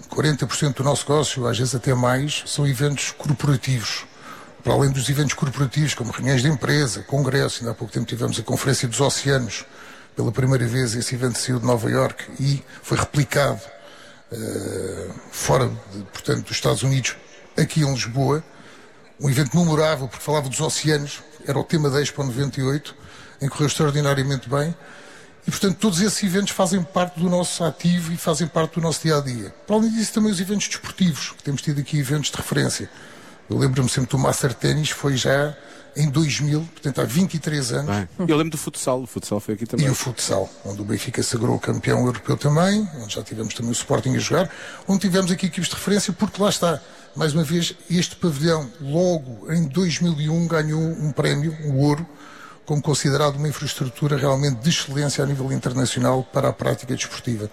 [SPEAKER 11] 40% do nosso negócio, às vezes até mais, são eventos corporativos. Para além dos eventos corporativos, como reuniões de empresa, congressos, ainda há pouco tempo tivemos a Conferência dos Oceanos, pela primeira vez esse evento saiu de Nova York e foi replicado eh, fora, de, portanto, dos Estados Unidos, aqui em Lisboa. Um evento memorável, porque falava dos oceanos, era o tema da Expo 98, em que correu extraordinariamente bem. E, portanto, todos esses eventos fazem parte do nosso ativo e fazem parte do nosso dia a dia. Para além disso, também os eventos desportivos, que temos tido aqui eventos de referência. Eu lembro-me sempre do Master Tennis, foi já em 2000, portanto, há 23 anos.
[SPEAKER 4] Bem, eu lembro do futsal, o futsal foi aqui também.
[SPEAKER 11] E o futsal, onde o Benfica sagrou campeão europeu também, onde já tivemos também o Sporting a jogar, onde tivemos aqui equipes de referência, porque lá está, mais uma vez, este pavilhão, logo em 2001, ganhou um prémio, o ouro, como considerado uma infraestrutura realmente de excelência a nível internacional para a prática desportiva.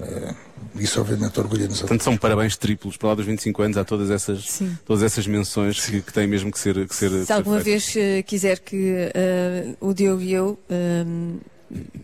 [SPEAKER 11] Eh, isso, obviamente, orgulha-nos a
[SPEAKER 4] Portanto, são parabéns triplos para lá dos 25 anos, há todas essas,
[SPEAKER 1] Sim.
[SPEAKER 4] todas essas menções que, que têm mesmo que ser. Que ser que
[SPEAKER 1] Se
[SPEAKER 4] ser
[SPEAKER 1] alguma
[SPEAKER 4] feitas.
[SPEAKER 1] vez eh, quiser que eh, o Diogo e eu ehm,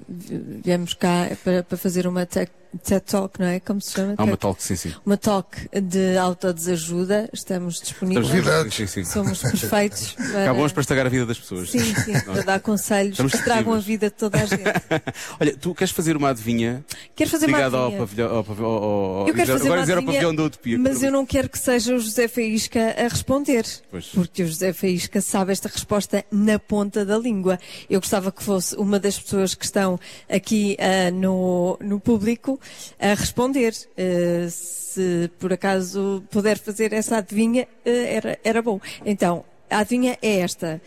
[SPEAKER 1] viemos cá para, para fazer uma te- TED Talk, não é? Como se chama?
[SPEAKER 4] Há Ah, uma
[SPEAKER 1] TED?
[SPEAKER 4] tal que sim, sim.
[SPEAKER 1] Uma talk de autodesajuda. Estamos disponíveis.
[SPEAKER 11] Convidados.
[SPEAKER 4] Sim, sim.
[SPEAKER 1] Somos perfeitos para,
[SPEAKER 4] Cá bons para estragar a vida das pessoas.
[SPEAKER 1] sim, sim, para dar conselhos
[SPEAKER 4] Estamos
[SPEAKER 1] que tragam a
[SPEAKER 4] disponíveis.
[SPEAKER 1] vida de toda a gente.
[SPEAKER 4] Olha, tu queres fazer uma adivinha
[SPEAKER 1] Quero fazer uma
[SPEAKER 4] ligada
[SPEAKER 1] adivinha.
[SPEAKER 4] ao pavilhão. Ao pavilhão ao, ao-
[SPEAKER 1] Eu quero
[SPEAKER 4] dizer-
[SPEAKER 1] fazer
[SPEAKER 4] agora
[SPEAKER 1] uma
[SPEAKER 4] dizer ao
[SPEAKER 1] adivinha,
[SPEAKER 4] pavilhão da Utopia.
[SPEAKER 1] Mas eu não quero que seja o José Faísca a responder.
[SPEAKER 4] Pois.
[SPEAKER 1] Porque o José Faísca sabe esta resposta na ponta da língua. Eu gostava que fosse uma das pessoas que estão aqui ah, no, no público a responder. Ah, se por acaso puder fazer essa adivinha, ah, era, era bom. Então, a adivinha é esta.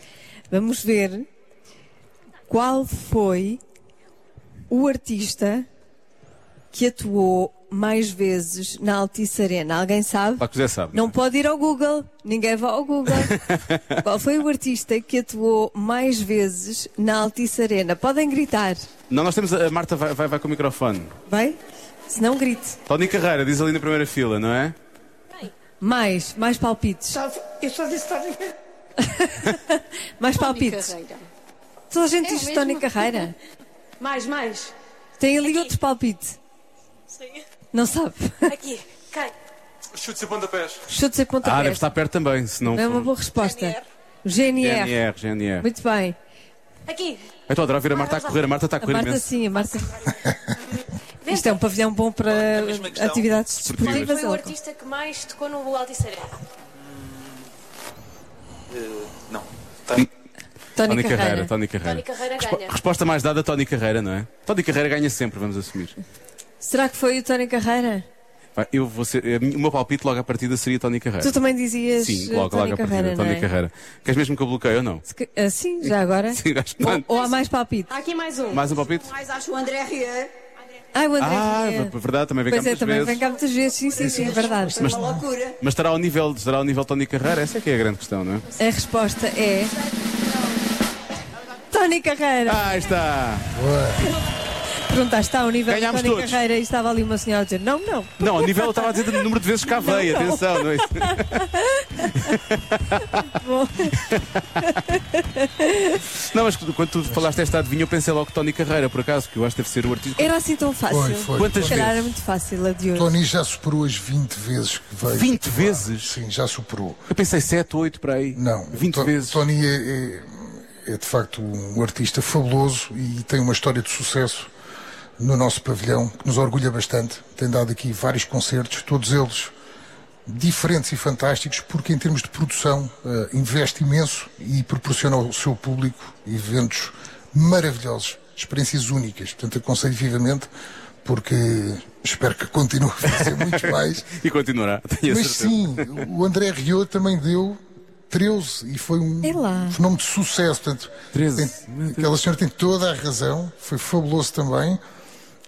[SPEAKER 1] Vamos ver qual foi o artista que atuou mais vezes na Altice Arena. Alguém sabe?
[SPEAKER 4] Lá que o Zé sabe.
[SPEAKER 1] Não pode ir ao Google. Ninguém vai ao Google. Qual foi o artista que atuou mais vezes na Altice Arena? Podem gritar.
[SPEAKER 4] Não, nós temos. A a Marta vai, vai, vai com o microfone.
[SPEAKER 1] Vai? Se não, grite.
[SPEAKER 4] Tony Carreira, diz ali na primeira fila, não é?
[SPEAKER 1] Mais, mais palpites.
[SPEAKER 12] Tá, Eu só disse Tony Carreira.
[SPEAKER 1] Mais palpites. Toda a gente
[SPEAKER 12] É
[SPEAKER 1] diz
[SPEAKER 12] mesmo?
[SPEAKER 1] Tony Carreira.
[SPEAKER 12] Mais, mais.
[SPEAKER 1] Tem ali outro palpite. Não sabe.
[SPEAKER 12] Aqui, cai.
[SPEAKER 13] Chutes e pontapés.
[SPEAKER 1] Chutes e
[SPEAKER 4] Ah, deve
[SPEAKER 1] pontapés.
[SPEAKER 4] estar perto também, se não.
[SPEAKER 1] é uma
[SPEAKER 4] for-
[SPEAKER 1] boa resposta. GNR.
[SPEAKER 4] GNR, GNR.
[SPEAKER 1] Muito bem.
[SPEAKER 12] Aqui.
[SPEAKER 4] Eu estou a adorar ver Então, a Marta a correr. A Marta está a
[SPEAKER 1] A
[SPEAKER 4] correr
[SPEAKER 1] Marta
[SPEAKER 4] imenso.
[SPEAKER 1] sim, a Marta. Isto é um pavilhão bom
[SPEAKER 4] é
[SPEAKER 1] para
[SPEAKER 12] questão.
[SPEAKER 1] atividades
[SPEAKER 12] Qual
[SPEAKER 1] desportivas.
[SPEAKER 12] foi um o
[SPEAKER 1] Elton.
[SPEAKER 12] artista que mais tocou no Altice Arena?
[SPEAKER 14] Eh,
[SPEAKER 13] não.
[SPEAKER 1] Tony
[SPEAKER 4] Carreira,
[SPEAKER 1] Carreira.
[SPEAKER 4] Tony Carreira.
[SPEAKER 12] Tony Carreira
[SPEAKER 4] Respo-
[SPEAKER 12] ganha.
[SPEAKER 4] Resposta mais dada, Tony Carreira, não é? Tony Carreira ganha sempre, vamos assumir.
[SPEAKER 1] Será que foi o Tony Carreira?
[SPEAKER 4] Pá, Eu vou ser, a minha- o meu palpite logo à partida seria Tony Carreira.
[SPEAKER 1] Tu também dizias
[SPEAKER 4] É. Sim,
[SPEAKER 1] eh,
[SPEAKER 4] logo,
[SPEAKER 1] Tony
[SPEAKER 4] logo à
[SPEAKER 1] Carreira,
[SPEAKER 4] partida,
[SPEAKER 1] não
[SPEAKER 4] Tony
[SPEAKER 1] é?
[SPEAKER 4] Carreira. Queres mesmo que eu bloqueie ou não?
[SPEAKER 1] Que- ah, sim, já agora?
[SPEAKER 4] Sim, acho que
[SPEAKER 1] ou,
[SPEAKER 4] não.
[SPEAKER 1] ou há mais palpite?
[SPEAKER 12] Há aqui mais um.
[SPEAKER 4] Mais um palpite?
[SPEAKER 12] Mais acho o André Rieu.
[SPEAKER 1] Ah, o André
[SPEAKER 4] Ah,
[SPEAKER 1] Rieu.
[SPEAKER 4] é verdade, também vem
[SPEAKER 1] Pois
[SPEAKER 4] cá
[SPEAKER 1] é,
[SPEAKER 4] muitas
[SPEAKER 1] também
[SPEAKER 4] vezes.
[SPEAKER 1] vem cá muitas vezes, sim, sim, sim, é verdade.
[SPEAKER 4] Mas- Mas estará ao nível, estará ao nível Tony Carreira? Essa é que é a grande questão, não é?
[SPEAKER 1] A resposta é. Tony Carreira!
[SPEAKER 4] Ah, está!
[SPEAKER 1] Perguntaste, está ao nível
[SPEAKER 4] Ganhámos
[SPEAKER 1] de Tony
[SPEAKER 4] todos.
[SPEAKER 1] Carreira e estava ali uma senhora a dizer: não, não.
[SPEAKER 4] Não, ao nível eu estava a dizer do número de vezes que cavei,
[SPEAKER 1] Não, não.
[SPEAKER 4] atenção, não é isso?
[SPEAKER 1] Bom,
[SPEAKER 4] Não, mas quando tu falaste esta adivinha, eu pensei logo Tony Carreira, por acaso, que eu acho que deve ser o artista.
[SPEAKER 1] era assim tão fácil.
[SPEAKER 11] Foi, foi.
[SPEAKER 4] Quantas
[SPEAKER 1] Se calhar
[SPEAKER 4] vezes?
[SPEAKER 1] era muito fácil a de hoje.
[SPEAKER 11] Tony já superou as 20 vezes que veio.
[SPEAKER 4] 20 vezes?
[SPEAKER 11] Sim, já superou.
[SPEAKER 4] Eu pensei 7, 8 para aí.
[SPEAKER 11] Não.
[SPEAKER 4] 20
[SPEAKER 11] To-
[SPEAKER 4] vezes.
[SPEAKER 11] Tony é, é- é, de facto um artista fabuloso e tem uma história de sucesso no nosso pavilhão que nos orgulha bastante. Tem dado aqui vários concertos, todos eles diferentes e fantásticos, porque em termos de produção eh, investe imenso e proporciona ao seu público eventos maravilhosos, experiências únicas. Portanto, aconselho vivamente, porque espero que continue a fazer muito mais.
[SPEAKER 4] E continuará, tenho a
[SPEAKER 11] Mas
[SPEAKER 4] certeza.
[SPEAKER 11] sim, o André Rieu também deu 13 e foi um
[SPEAKER 1] É lá.
[SPEAKER 11] fenómeno de sucesso. Portanto,
[SPEAKER 4] 13.
[SPEAKER 11] tem- aquela senhora tem toda a razão, foi fabuloso também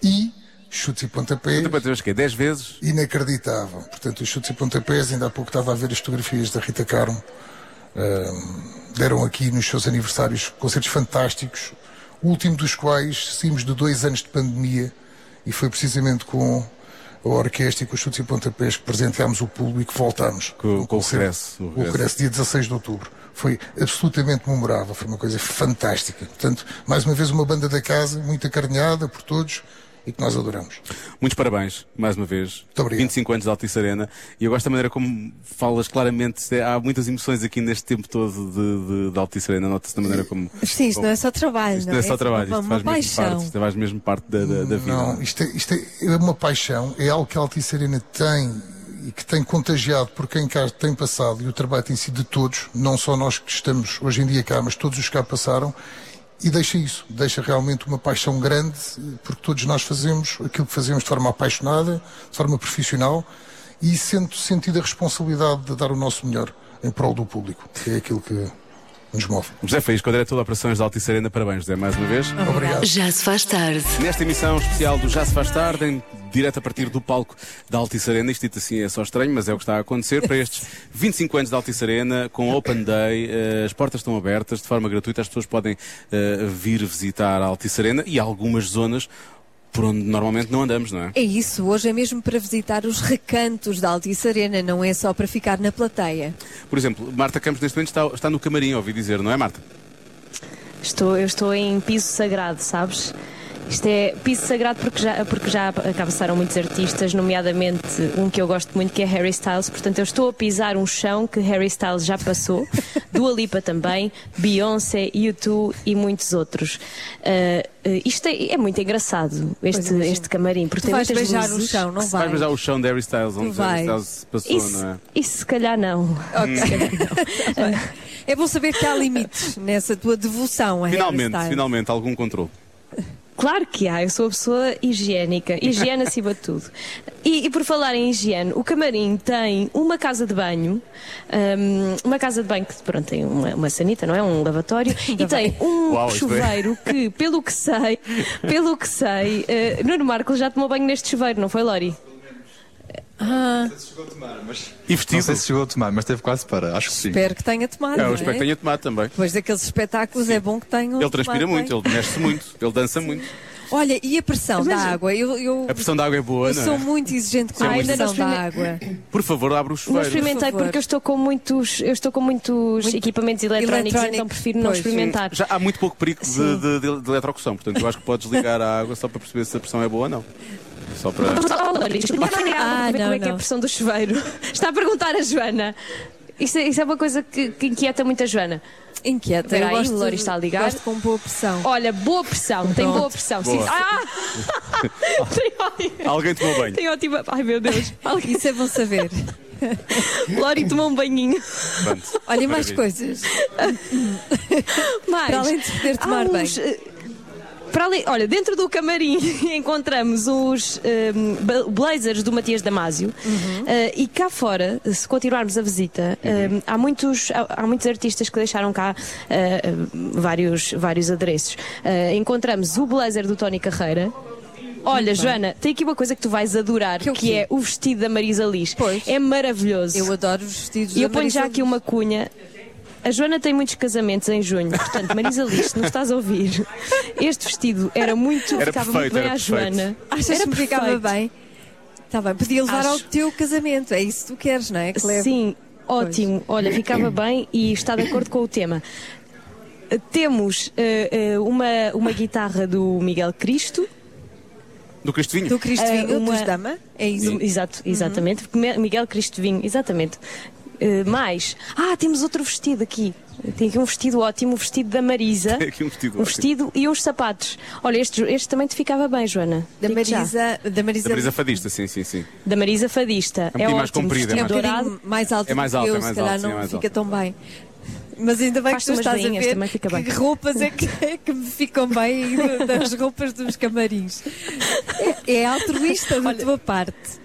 [SPEAKER 11] e chutes e pontapés.
[SPEAKER 4] Tu para teres o quê? 10 é vezes?
[SPEAKER 11] Inacreditável. Portanto, os chutes e pontapés, ainda há pouco estava a ver as fotografias da Rita Carmo. Ahm, deram aqui nos seus aniversários concertos fantásticos, o último dos quais saímos de dois anos de pandemia e foi precisamente com a orquestra e com os chutes e pontapés que presenteámos o público, voltámos.
[SPEAKER 4] Com-
[SPEAKER 11] Um
[SPEAKER 4] com o
[SPEAKER 11] concerto-
[SPEAKER 4] regresso, o
[SPEAKER 11] O
[SPEAKER 4] regresso.
[SPEAKER 11] regresso, dia 16 de outubro. Foi absolutamente memorável, foi uma coisa fantástica. Portanto, mais uma vez, uma banda da casa, muito acarinhada por todos e que nós adoramos.
[SPEAKER 4] Muitos parabéns, mais uma vez.
[SPEAKER 11] Muito obrigado.
[SPEAKER 4] 25 anos de Altice Arena. E eu gosto da maneira como falas claramente. é, Há muitas emoções aqui neste tempo todo de, de, de Altice Arena. Nota-se da maneira como.
[SPEAKER 1] Sim, isto não é só trabalho,
[SPEAKER 4] Isto não é só trabalho,
[SPEAKER 1] uma,
[SPEAKER 4] isto faz mesmo
[SPEAKER 1] paixão.
[SPEAKER 4] parte, isto faz mesmo parte da, da- da vida.
[SPEAKER 11] Não, isto, é, isto é- é uma paixão, é algo que a Altice Arena tem e que tem contagiado por quem cá tem passado e o trabalho tem sido de todos, não só nós que estamos hoje em dia cá, mas todos os que cá passaram. E deixa isso, deixa realmente uma paixão grande, porque todos nós fazemos aquilo que fazemos de forma apaixonada, de forma profissional e sendo sentido a responsabilidade de dar o nosso melhor em prol do público, que é aquilo que nos move.
[SPEAKER 4] José Faísco, diretor de operações da Altice Arena, parabéns, José, mais uma vez.
[SPEAKER 1] é
[SPEAKER 11] Obrigado.
[SPEAKER 9] Já se faz tarde.
[SPEAKER 4] Nesta emissão especial do Já Se Faz Tarde, em, direto a partir do palco da Altice Arena, isto dito assim é só estranho, mas é o que está a acontecer para estes 25 anos da Altice Arena, com Open Day, eh, as portas estão abertas de forma gratuita, as pessoas podem eh, vir visitar a Altice Arena e algumas zonas por onde normalmente não andamos, não é?
[SPEAKER 1] É isso, hoje é mesmo para visitar os recantos da Altice Arena, não é só para ficar na plateia.
[SPEAKER 4] Por exemplo, Marta Campos neste momento está, está no camarim, ouvi dizer, não é Marta?
[SPEAKER 15] Estou, eu estou em piso sagrado, sabes? Isto é piso sagrado porque já, porque já cá passaram muitos artistas, nomeadamente um que eu gosto muito que é Harry Styles. Portanto, eu estou a pisar um chão que Harry Styles já passou, Dua Lipa também, Beyoncé, U2 e muitos outros. Ah, ah, isto é, é muito engraçado, este,
[SPEAKER 1] imagino.
[SPEAKER 15] este camarim, porque
[SPEAKER 1] Tu
[SPEAKER 15] tem
[SPEAKER 1] vais
[SPEAKER 15] muitas
[SPEAKER 1] beijar
[SPEAKER 15] luzes.
[SPEAKER 1] o chão, não
[SPEAKER 4] Vai
[SPEAKER 1] vai?
[SPEAKER 4] beijar o chão de Harry Styles, onde Harry
[SPEAKER 1] vais.
[SPEAKER 4] Styles se passou,
[SPEAKER 15] Isso,
[SPEAKER 4] não é?
[SPEAKER 15] isso se calhar não.
[SPEAKER 1] É bom saber que há limites nessa tua devoção a Harry
[SPEAKER 4] Finalmente,
[SPEAKER 1] Styles.
[SPEAKER 4] finalmente, algum controle.
[SPEAKER 15] Claro que há, eu sou uma pessoa higiênica, higiene acima de tudo. E, e por falar em higiene, o camarim tem uma casa de banho, hum, uma casa de banho que pronto, tem uma, uma sanita, não é? Um lavatório, e tem um
[SPEAKER 4] Uau, isto é-
[SPEAKER 15] chuveiro que, pelo que sei, pelo que sei, eh, Nuno Marco já tomou banho neste chuveiro, não foi, Lori?
[SPEAKER 1] Ah.
[SPEAKER 13] Chegou a tomar, mas.
[SPEAKER 4] E
[SPEAKER 13] Não
[SPEAKER 4] vestido?
[SPEAKER 13] sei se chegou a tomar, mas teve quase para, acho que sim.
[SPEAKER 1] Espero que tenha tomado.
[SPEAKER 4] É, eu
[SPEAKER 1] não
[SPEAKER 4] espero
[SPEAKER 1] é?
[SPEAKER 4] que tenha tomado também.
[SPEAKER 1] Depois daqueles espetáculos é bom que tenham.
[SPEAKER 4] Ele transpira
[SPEAKER 1] tomado
[SPEAKER 4] muito,
[SPEAKER 1] bem.
[SPEAKER 4] ele mexe-se muito, ele dança muito.
[SPEAKER 1] Olha, e a pressão da
[SPEAKER 15] é
[SPEAKER 1] água? Eu, eu,
[SPEAKER 4] A pressão da água é boa,
[SPEAKER 1] eu
[SPEAKER 4] não
[SPEAKER 1] sou
[SPEAKER 4] é?
[SPEAKER 1] muito exigente com
[SPEAKER 4] Sim,
[SPEAKER 1] a
[SPEAKER 4] ainda
[SPEAKER 1] pressão
[SPEAKER 15] não
[SPEAKER 1] da água.
[SPEAKER 4] Por favor, abre o
[SPEAKER 15] Não
[SPEAKER 4] chuveiro.
[SPEAKER 15] experimentei
[SPEAKER 1] favor.
[SPEAKER 15] porque eu estou com muitos, eu estou com muitos equipamentos eletrónicos,
[SPEAKER 1] Eletrónico,
[SPEAKER 15] então prefiro não
[SPEAKER 1] pois.
[SPEAKER 15] experimentar.
[SPEAKER 4] Já há muito pouco perigo de, de, de, de eletrocução, portanto eu acho que podes ligar a água só para perceber se a pressão é boa ou não. Só para.
[SPEAKER 1] Ah,
[SPEAKER 15] Ah,
[SPEAKER 1] não,
[SPEAKER 15] como é que é a
[SPEAKER 1] não.
[SPEAKER 15] pressão do chuveiro? Está a perguntar a Joana. Isso é, isso é uma coisa que, que inquieta muito a Joana.
[SPEAKER 1] Inquieta,
[SPEAKER 15] Espera
[SPEAKER 1] eu
[SPEAKER 15] aí,
[SPEAKER 1] gosto,
[SPEAKER 15] o Louro está a ligar.
[SPEAKER 1] gosto com boa pressão.
[SPEAKER 15] Olha, boa pressão, tem
[SPEAKER 1] Pronto.
[SPEAKER 15] boa pressão.
[SPEAKER 4] Boa.
[SPEAKER 15] Sim. Ah! tem,
[SPEAKER 1] Ah,
[SPEAKER 15] ótima,
[SPEAKER 4] Alguém tomou banho.
[SPEAKER 15] tem ótima. Ai meu Deus. Alguém...
[SPEAKER 1] Isso é bom saber.
[SPEAKER 15] Lori tomou um banhinho.
[SPEAKER 4] Pronto.
[SPEAKER 1] Olha, e mais
[SPEAKER 4] Maravilha.
[SPEAKER 1] coisas.
[SPEAKER 15] Mais.
[SPEAKER 1] Para além de poder tomar
[SPEAKER 15] há
[SPEAKER 1] banho.
[SPEAKER 15] uns, eh, Para ali, olha, dentro do camarim encontramos os um, blazers do Matias Damasio uhum. uh, e cá fora, se continuarmos a visita, uhum. um, há, muitos, há, há, muitos artistas que deixaram cá uh, vários, vários adereços. Uh, encontramos o blazer do Tony Carreira. Olha, Joana, tem aqui uma coisa que tu vais adorar, que, que é o vestido da Marisa Liz.
[SPEAKER 1] Pois.
[SPEAKER 15] É maravilhoso.
[SPEAKER 1] Eu adoro os vestidos
[SPEAKER 15] E
[SPEAKER 1] da
[SPEAKER 15] eu ponho
[SPEAKER 1] Marisa
[SPEAKER 15] já aqui uma cunha. A Joana tem muitos casamentos em junho, portanto, Marisa Liz, se não estás a ouvir, este vestido era muito.
[SPEAKER 4] Era
[SPEAKER 15] ficava
[SPEAKER 4] perfeito,
[SPEAKER 15] muito bem
[SPEAKER 4] era
[SPEAKER 15] à
[SPEAKER 4] perfeito.
[SPEAKER 15] Joana.
[SPEAKER 1] Achas
[SPEAKER 15] era
[SPEAKER 1] que me ficava
[SPEAKER 15] perfeito.
[SPEAKER 1] bem? Está bem, podia levar ao
[SPEAKER 15] Acho.
[SPEAKER 1] teu casamento, é isso que tu queres, não é, Cleve?
[SPEAKER 15] Sim, ótimo. Olha, ficava bem e está de acordo com o tema. Temos eh, eh, uma, uma guitarra do Miguel Cristo.
[SPEAKER 4] Do Cristo Vinho.
[SPEAKER 1] Do Cristo
[SPEAKER 15] Eh,
[SPEAKER 1] Vinho,
[SPEAKER 15] uma-
[SPEAKER 1] dos Dama, é isso?
[SPEAKER 15] Do- Exato, exatamente. Me- Miguel Cristo Vinho, exatamente.
[SPEAKER 4] É.
[SPEAKER 15] Eh, mais. Ah, temos outro vestido aqui. Tem aqui um vestido ótimo, um vestido da Marisa.
[SPEAKER 4] Tem aqui um vestido
[SPEAKER 15] um
[SPEAKER 4] ótimo.
[SPEAKER 15] vestido e uns sapatos. Olha, este, este também te ficava bem, Joana.
[SPEAKER 1] Da
[SPEAKER 15] Digo já.
[SPEAKER 1] Marisa, da Marisa,
[SPEAKER 4] Da brisa fadista, sim, sim, sim.
[SPEAKER 15] Da Marisa Fadista.
[SPEAKER 4] É um bocadinho mais
[SPEAKER 15] ótimo,
[SPEAKER 4] comprida,
[SPEAKER 1] é
[SPEAKER 15] vestido
[SPEAKER 1] um
[SPEAKER 15] dourado.
[SPEAKER 1] bocadinho mais alto
[SPEAKER 4] É mais alto,
[SPEAKER 1] que eu,
[SPEAKER 4] é mais
[SPEAKER 1] se calhar
[SPEAKER 4] alto, sim,
[SPEAKER 1] não
[SPEAKER 4] é mais
[SPEAKER 1] fica
[SPEAKER 4] alto.
[SPEAKER 1] tão bem. Mas ainda bem
[SPEAKER 15] Faz-te
[SPEAKER 1] que tu
[SPEAKER 15] umas
[SPEAKER 1] estás a
[SPEAKER 15] veinhas,
[SPEAKER 1] ver
[SPEAKER 15] também fica
[SPEAKER 1] que
[SPEAKER 15] bem.
[SPEAKER 1] roupas é que, é que me ficam bem e do- das roupas dos camarins. É, é altruísta da tua parte.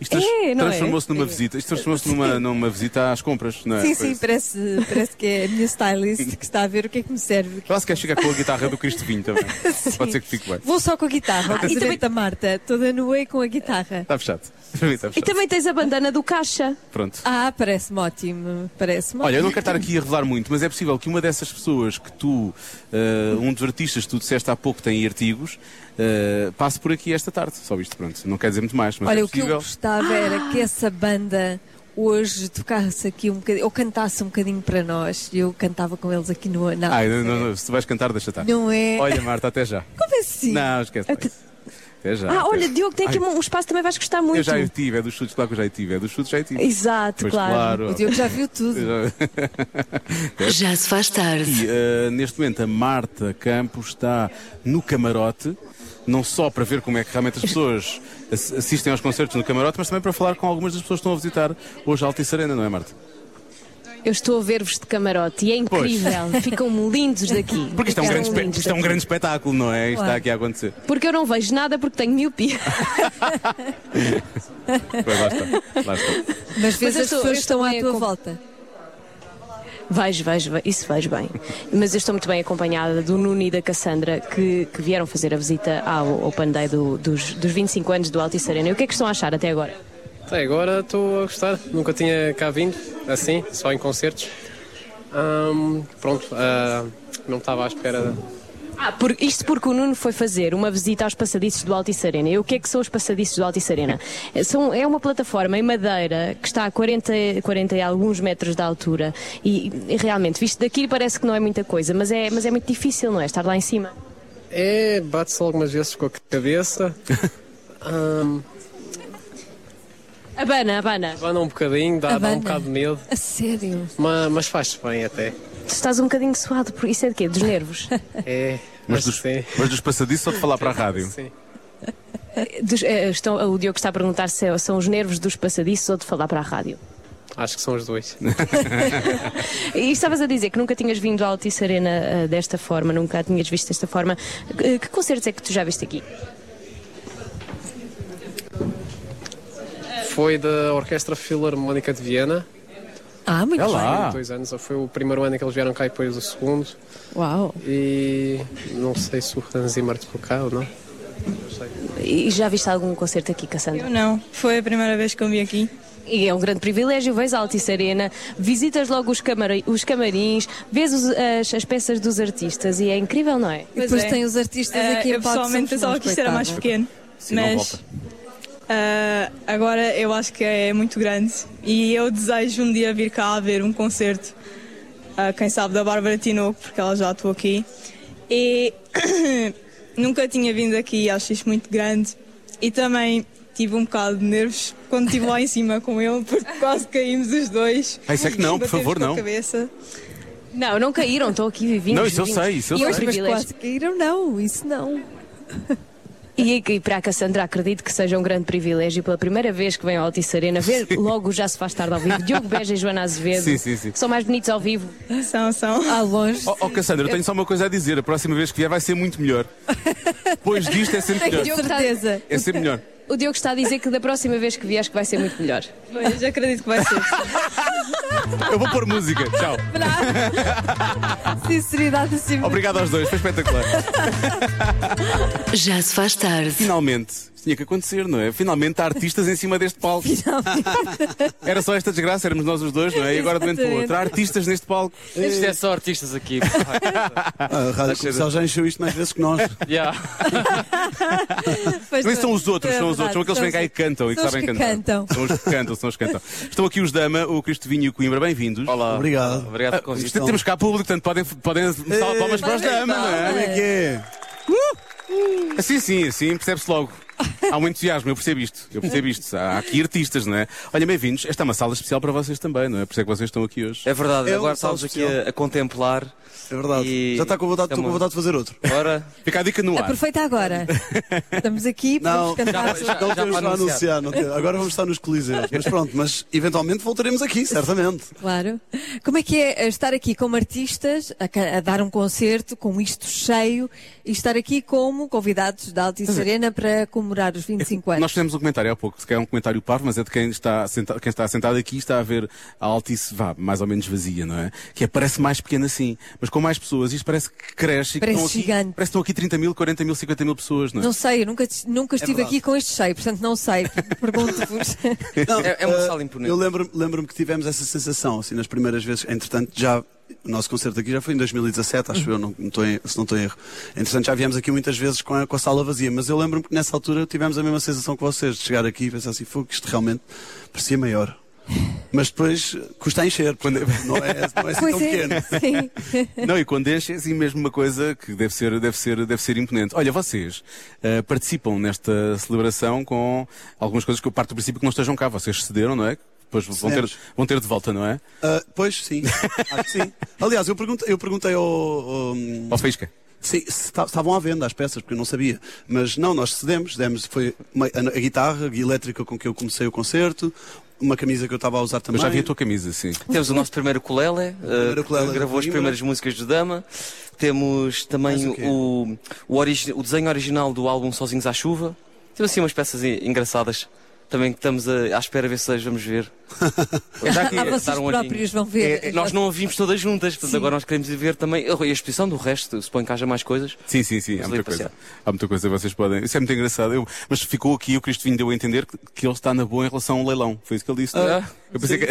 [SPEAKER 4] Isto trans-
[SPEAKER 15] É, não é?
[SPEAKER 4] transformou-se numa visita. Isto transformou-se numa, numa visita às compras, não é?
[SPEAKER 1] sim,
[SPEAKER 4] Foi
[SPEAKER 1] sim,
[SPEAKER 4] isso.
[SPEAKER 1] parece, parece que é a minha stylist que está a ver o que é que me serve.
[SPEAKER 4] Lá se quer chegar com a guitarra do Cristo Vinho também. Pode ser que fique bem.
[SPEAKER 1] Vou só com a guitarra.
[SPEAKER 15] Ah, e
[SPEAKER 1] e
[SPEAKER 15] também-
[SPEAKER 1] também da Marta, toda nua e com a guitarra.
[SPEAKER 4] Está fechado. Para mim Está
[SPEAKER 15] E
[SPEAKER 4] fechado.
[SPEAKER 15] também tens a bandana do Caixa.
[SPEAKER 4] Pronto.
[SPEAKER 1] Ah, parece-me ótimo. Parece-me
[SPEAKER 4] Olha, eu não quero estar aqui a revelar muito, mas é possível que uma dessas pessoas que tu, eh, um dos artistas que tu disseste há pouco tem artigos, eh, passe por aqui esta tarde. Só isto, pronto. Não quer dizer muito mais, mas
[SPEAKER 1] Olha,
[SPEAKER 4] é
[SPEAKER 1] o que eu
[SPEAKER 4] possível.
[SPEAKER 1] gostava era
[SPEAKER 15] Ah!
[SPEAKER 1] que essa banda hoje tocasse aqui um bocadinho, ou cantasse um bocadinho para nós. Eu cantava com eles aqui no na
[SPEAKER 4] Ai, Ah, não, não, não, se tu vais cantar, deixa estar.
[SPEAKER 1] Não é?
[SPEAKER 4] Olha, Marta, até já.
[SPEAKER 1] Como assim?
[SPEAKER 4] Não, esquece. lá isso. Até já.
[SPEAKER 15] Ah,
[SPEAKER 4] até
[SPEAKER 15] olha,
[SPEAKER 4] já.
[SPEAKER 15] Diogo, tem aqui
[SPEAKER 4] Ai,
[SPEAKER 15] um espaço que também vais gostar muito.
[SPEAKER 4] Eu já tive, é dos chutes, claro que eu já tive, é dos chutes, já tive.
[SPEAKER 15] Exato,
[SPEAKER 4] Pois
[SPEAKER 15] claro.
[SPEAKER 4] claro.
[SPEAKER 1] O Diogo já viu tudo.
[SPEAKER 4] Eu já-
[SPEAKER 9] Já se faz tarde.
[SPEAKER 4] E, eh, neste momento a Marta Campos está no camarote, não só para ver como é que realmente as pessoas ass- assistem aos concertos no camarote, mas também para falar com algumas das pessoas que estão a visitar hoje a Altice Arena, não é Marta?
[SPEAKER 15] Eu estou a ver-vos de camarote e é incrível. Ficam lindos daqui.
[SPEAKER 4] Porque isto é um,
[SPEAKER 15] Ficam
[SPEAKER 4] grande, espe-
[SPEAKER 15] lindos
[SPEAKER 4] isto é um
[SPEAKER 15] daqui.
[SPEAKER 4] grande espetáculo, não é? Isto está aqui a acontecer.
[SPEAKER 15] Porque eu não vejo nada porque tenho miopia.
[SPEAKER 4] Pois, lá está, lá está.
[SPEAKER 1] Mas
[SPEAKER 15] Mas
[SPEAKER 1] vês
[SPEAKER 15] eu
[SPEAKER 1] as
[SPEAKER 15] estou-
[SPEAKER 1] pessoas
[SPEAKER 15] eu
[SPEAKER 1] que estão à
[SPEAKER 15] estou
[SPEAKER 1] tua
[SPEAKER 15] bem a
[SPEAKER 1] volta.
[SPEAKER 15] Vejo, vejo, vejo, isso vejo bem. Mas eu estou muito bem acompanhada do Nuno e da Cassandra que, que vieram fazer a visita ao Open Day do- dos, dos 25 anos do Altice Arena. E o que é que estão a achar até agora?
[SPEAKER 16] Até agora estou a gostar, nunca tinha cá vindo assim, só em concertos. Ahm, pronto, ah, não estava à espera.
[SPEAKER 15] Ah, por- isto porque o Nuno foi fazer uma visita aos passadiços do Altice Arena. E o que é que são os passadiços do Altice Arena? É, São, é uma plataforma em madeira que está a 40, 40 e alguns metros de altura. E, e realmente, visto daqui parece que não é muita coisa, mas é, mas é muito difícil, não é? Estar lá em cima.
[SPEAKER 16] É, bate-se algumas vezes com a cabeça. Ahm,
[SPEAKER 15] Abana, abana.
[SPEAKER 16] Abana um bocadinho, dá, dá
[SPEAKER 1] Abana.
[SPEAKER 16] um bocado de medo,
[SPEAKER 1] A sério.
[SPEAKER 16] mas, mas faz-se bem até.
[SPEAKER 15] Tu estás um bocadinho suado, por isso é de quê? Dos nervos?
[SPEAKER 16] É, mas
[SPEAKER 4] Mas dos,
[SPEAKER 16] sim.
[SPEAKER 4] mas dos passadiços só de falar para a rádio.
[SPEAKER 16] Sim.
[SPEAKER 15] Dos- eh, estão- o Diogo está a perguntar se é- são os nervos dos passadiços ou de falar para a rádio.
[SPEAKER 16] Acho que são os dois.
[SPEAKER 15] E estavas a dizer que nunca tinhas vindo à Altice Arena eh, desta forma, nunca a tinhas visto desta forma. Eh, que concertos é que tu já viste aqui?
[SPEAKER 16] Foi da Orquestra Filarmónica de Viena.
[SPEAKER 1] Ah, muito
[SPEAKER 4] É
[SPEAKER 1] bem.
[SPEAKER 4] lá.
[SPEAKER 16] Há Dois anos, ou foi o primeiro ano em que eles vieram cá e depois o segundo.
[SPEAKER 1] Uau.
[SPEAKER 16] E não sei se o Ranzi marcou cá ou não.
[SPEAKER 15] E já viste algum concerto aqui, Cassandra?
[SPEAKER 17] Eu não, foi a primeira vez que eu vim aqui.
[SPEAKER 15] E é um grande privilégio, vês a Altice Arena, visitas logo os, camari- os camarins, vês os- as, as peças dos artistas e é incrível, não é?
[SPEAKER 1] E depois
[SPEAKER 17] Pois é.
[SPEAKER 1] tem os artistas
[SPEAKER 17] Ah,
[SPEAKER 1] aqui
[SPEAKER 17] eu
[SPEAKER 1] em palco.
[SPEAKER 17] pessoalmente
[SPEAKER 1] somos
[SPEAKER 17] pensava
[SPEAKER 1] nós,
[SPEAKER 17] que isto era mais
[SPEAKER 1] coitada.
[SPEAKER 17] pequeno,
[SPEAKER 4] Sim, não
[SPEAKER 17] mas
[SPEAKER 4] volta.
[SPEAKER 17] ah, agora eu acho que é muito grande e eu desejo um dia vir cá a ver um concerto, ah, quem sabe da Bárbara Tinoco, porque ela já atuou aqui. E nunca tinha vindo aqui e acho isto muito grande e também tive um bocado de nervos quando estive lá em cima com ele, porque quase caímos os dois.
[SPEAKER 4] Ah, isso é que não, por
[SPEAKER 17] Batemos
[SPEAKER 4] favor,
[SPEAKER 17] com a
[SPEAKER 4] não.
[SPEAKER 17] cabeça.
[SPEAKER 15] Não, não caíram, estou aqui vivinhos. é
[SPEAKER 4] Não, isso eu
[SPEAKER 15] vivinhos.
[SPEAKER 4] sei, isso eu
[SPEAKER 15] E é um
[SPEAKER 4] sei.
[SPEAKER 1] Mas
[SPEAKER 15] privilégio.
[SPEAKER 1] quase caíram, não, isso não.
[SPEAKER 15] E, e para a Cassandra acredito que seja um grande privilégio pela primeira vez que vem ao Altice Arena ver logo Já se faz tarde ao vivo Diogo Beja e Joana Azevedo
[SPEAKER 4] Sim, sim, sim.
[SPEAKER 15] que são mais bonitos ao vivo
[SPEAKER 17] São, são
[SPEAKER 1] Ao longe
[SPEAKER 4] Oh, oh, Cassandra, eu tenho só uma coisa a dizer. A próxima vez que vier vai ser muito melhor. Depois disto é sempre
[SPEAKER 1] Tenho
[SPEAKER 4] melhor.
[SPEAKER 1] certeza
[SPEAKER 4] É sempre melhor.
[SPEAKER 15] O Diogo está a dizer que da próxima vez que vieres que vai ser muito melhor
[SPEAKER 17] Pois, acredito que vai ser.
[SPEAKER 4] Eu vou pôr música. Tchau. Ah.
[SPEAKER 1] Sinceridade assim
[SPEAKER 4] Obrigado aos dois. Foi espetacular.
[SPEAKER 18] Já se faz tarde.
[SPEAKER 4] Finalmente. Isto Tinha que acontecer, não é? Finalmente há artistas em cima deste palco. Era só esta desgraça, éramos nós os dois, não é? E agora de um momento para o outro. Há artistas neste palco.
[SPEAKER 14] Isto é só artistas aqui.
[SPEAKER 19] É Ah, A rádio comercial já encheu isto mais vezes que nós.
[SPEAKER 14] Yeah.
[SPEAKER 4] Mas são os
[SPEAKER 6] É
[SPEAKER 4] outros, são os outros. São aqueles que vêm cá e cantam e que
[SPEAKER 1] São os
[SPEAKER 4] sabem
[SPEAKER 1] que
[SPEAKER 4] cantar.
[SPEAKER 1] cantam.
[SPEAKER 4] São os que cantam, são os que cantam. Estão aqui os Dama, o Cristo Vinho e o Coimbra, bem-vindos. Ah,
[SPEAKER 14] Olá.
[SPEAKER 19] Obrigado. É.
[SPEAKER 14] Obrigado pelo convite.
[SPEAKER 4] Isto é temos cá público, portanto podem, podem salvar palmas para os Dama, não é?
[SPEAKER 19] Como é que é?
[SPEAKER 4] Assim sim, assim percebe-se logo. Há um entusiasmo, eu percebo isto. Eu percebo isto. Há aqui artistas, não é? Olha, bem-vindos. Esta é uma sala especial para vocês também, não é? Por isso é que vocês estão aqui hoje.
[SPEAKER 14] É verdade,
[SPEAKER 19] É um
[SPEAKER 14] agora
[SPEAKER 19] salve
[SPEAKER 14] estamos aqui
[SPEAKER 19] especial.
[SPEAKER 14] a, a contemplar.
[SPEAKER 19] É verdade.
[SPEAKER 14] E- é
[SPEAKER 19] Já está com vontade, estou
[SPEAKER 14] Estamos-
[SPEAKER 19] com vontade de fazer outro.
[SPEAKER 14] Ora,
[SPEAKER 4] Fica a dica no ar.
[SPEAKER 1] Aproveita agora Estamos aqui
[SPEAKER 19] Não,
[SPEAKER 1] podemos cantar
[SPEAKER 14] já-
[SPEAKER 19] não
[SPEAKER 14] já para
[SPEAKER 19] temos para
[SPEAKER 14] anunciar.
[SPEAKER 19] anunciar. não temos. Agora vamos estar nos coliseus. Mas pronto, mas eventualmente voltaremos aqui, certamente.
[SPEAKER 1] Claro. Como é que é eh, estar aqui como artistas, a, ca- a dar um concerto com isto cheio e estar aqui como convidados da Altice Serena para comemorar os 25 anos?
[SPEAKER 4] Nós fizemos um comentário há pouco, se calhar é um comentário parvo, mas é de quem está, senta quem está sentado aqui e está a ver a Altice, vá, mais ou menos vazia, não é? Que é, parece mais pequena assim, mas com mais pessoas, isto parece que cresce. e que
[SPEAKER 1] Parece
[SPEAKER 4] estão aqui,
[SPEAKER 1] gigante.
[SPEAKER 4] Parece que estão aqui 30 mil, 40 mil, 50 mil pessoas, não é?
[SPEAKER 1] Não sei, eu nunca,
[SPEAKER 19] É
[SPEAKER 1] nunca estive aqui com este cheio, portanto não sei. Pergunto-vos.
[SPEAKER 19] Não,
[SPEAKER 14] É- é uma
[SPEAKER 19] eh,
[SPEAKER 14] sala imponente.
[SPEAKER 19] Eu lembro-me lembro-me que tivemos essa sensação, assim, nas primeiras vezes. Entretanto, já. O nosso concerto aqui já foi em 2017, acho eu, não, não estou em- se não estou em erro. Entretanto, já viemos aqui muitas vezes com a, com a sala vazia, mas eu lembro-me que nessa altura tivemos a mesma sensação que vocês, de chegar aqui e pensar assim, fogo, isto realmente parecia maior. Mas depois custa a encher, porque não é, não é assim tão
[SPEAKER 1] Pois
[SPEAKER 19] pequeno.
[SPEAKER 1] é, sim.
[SPEAKER 4] Não, e quando enche, é assim mesmo uma coisa que deve ser, deve ser, deve ser imponente. Olha, vocês eh, participam nesta celebração com algumas coisas que eu parto do princípio que não estejam cá. Vocês cederam, não é? Depois vão ter,
[SPEAKER 19] Cedemos.
[SPEAKER 4] vão ter de volta, não é?
[SPEAKER 19] Ah, pois, sim. Acho que sim. Aliás, eu perguntei, eu perguntei ao. ao-
[SPEAKER 4] Ó, Faísca.
[SPEAKER 19] Sim, se ta- estavam à venda as peças, porque eu não sabia. Mas não, nós cedemos, demos, foi uma- a, a guitarra a elétrica com que eu comecei o concerto, uma camisa que eu estava a usar
[SPEAKER 4] Eu
[SPEAKER 19] também.
[SPEAKER 4] já vi a tua camisa, sim.
[SPEAKER 14] temos o nosso primeiro ukulele, eh,
[SPEAKER 19] primeiro ukulele
[SPEAKER 14] que
[SPEAKER 19] do
[SPEAKER 14] gravou as
[SPEAKER 19] Coimbra.
[SPEAKER 14] primeiras músicas do Dama. Temos também
[SPEAKER 19] Mais o quê?
[SPEAKER 14] o, o, origi- o desenho original do álbum Sozinhos à Chuva. Temos assim umas peças en- engraçadas. Também que estamos a- à espera ver se as vamos ver. Já que
[SPEAKER 1] Ah,
[SPEAKER 14] dar
[SPEAKER 1] vocês
[SPEAKER 14] um olhinho.
[SPEAKER 1] próprios vão ver.
[SPEAKER 14] É, é, nós não a vimos todas juntas, portanto agora nós queremos ir ver também oh, a a exposição do resto, suponho que haja mais coisas.
[SPEAKER 4] Sim, sim, sim. Há
[SPEAKER 19] É
[SPEAKER 14] Mas
[SPEAKER 4] muita
[SPEAKER 14] ali
[SPEAKER 4] coisa.
[SPEAKER 14] passear.
[SPEAKER 4] Há muita coisa que vocês podem. Isso é muito engraçado. Eu- Mas ficou aqui, o Cristo Vinho deu a entender que, que ele está na boa em relação ao leilão. Foi isso que ele disse. não é?
[SPEAKER 14] Ah,
[SPEAKER 4] eu pensei que.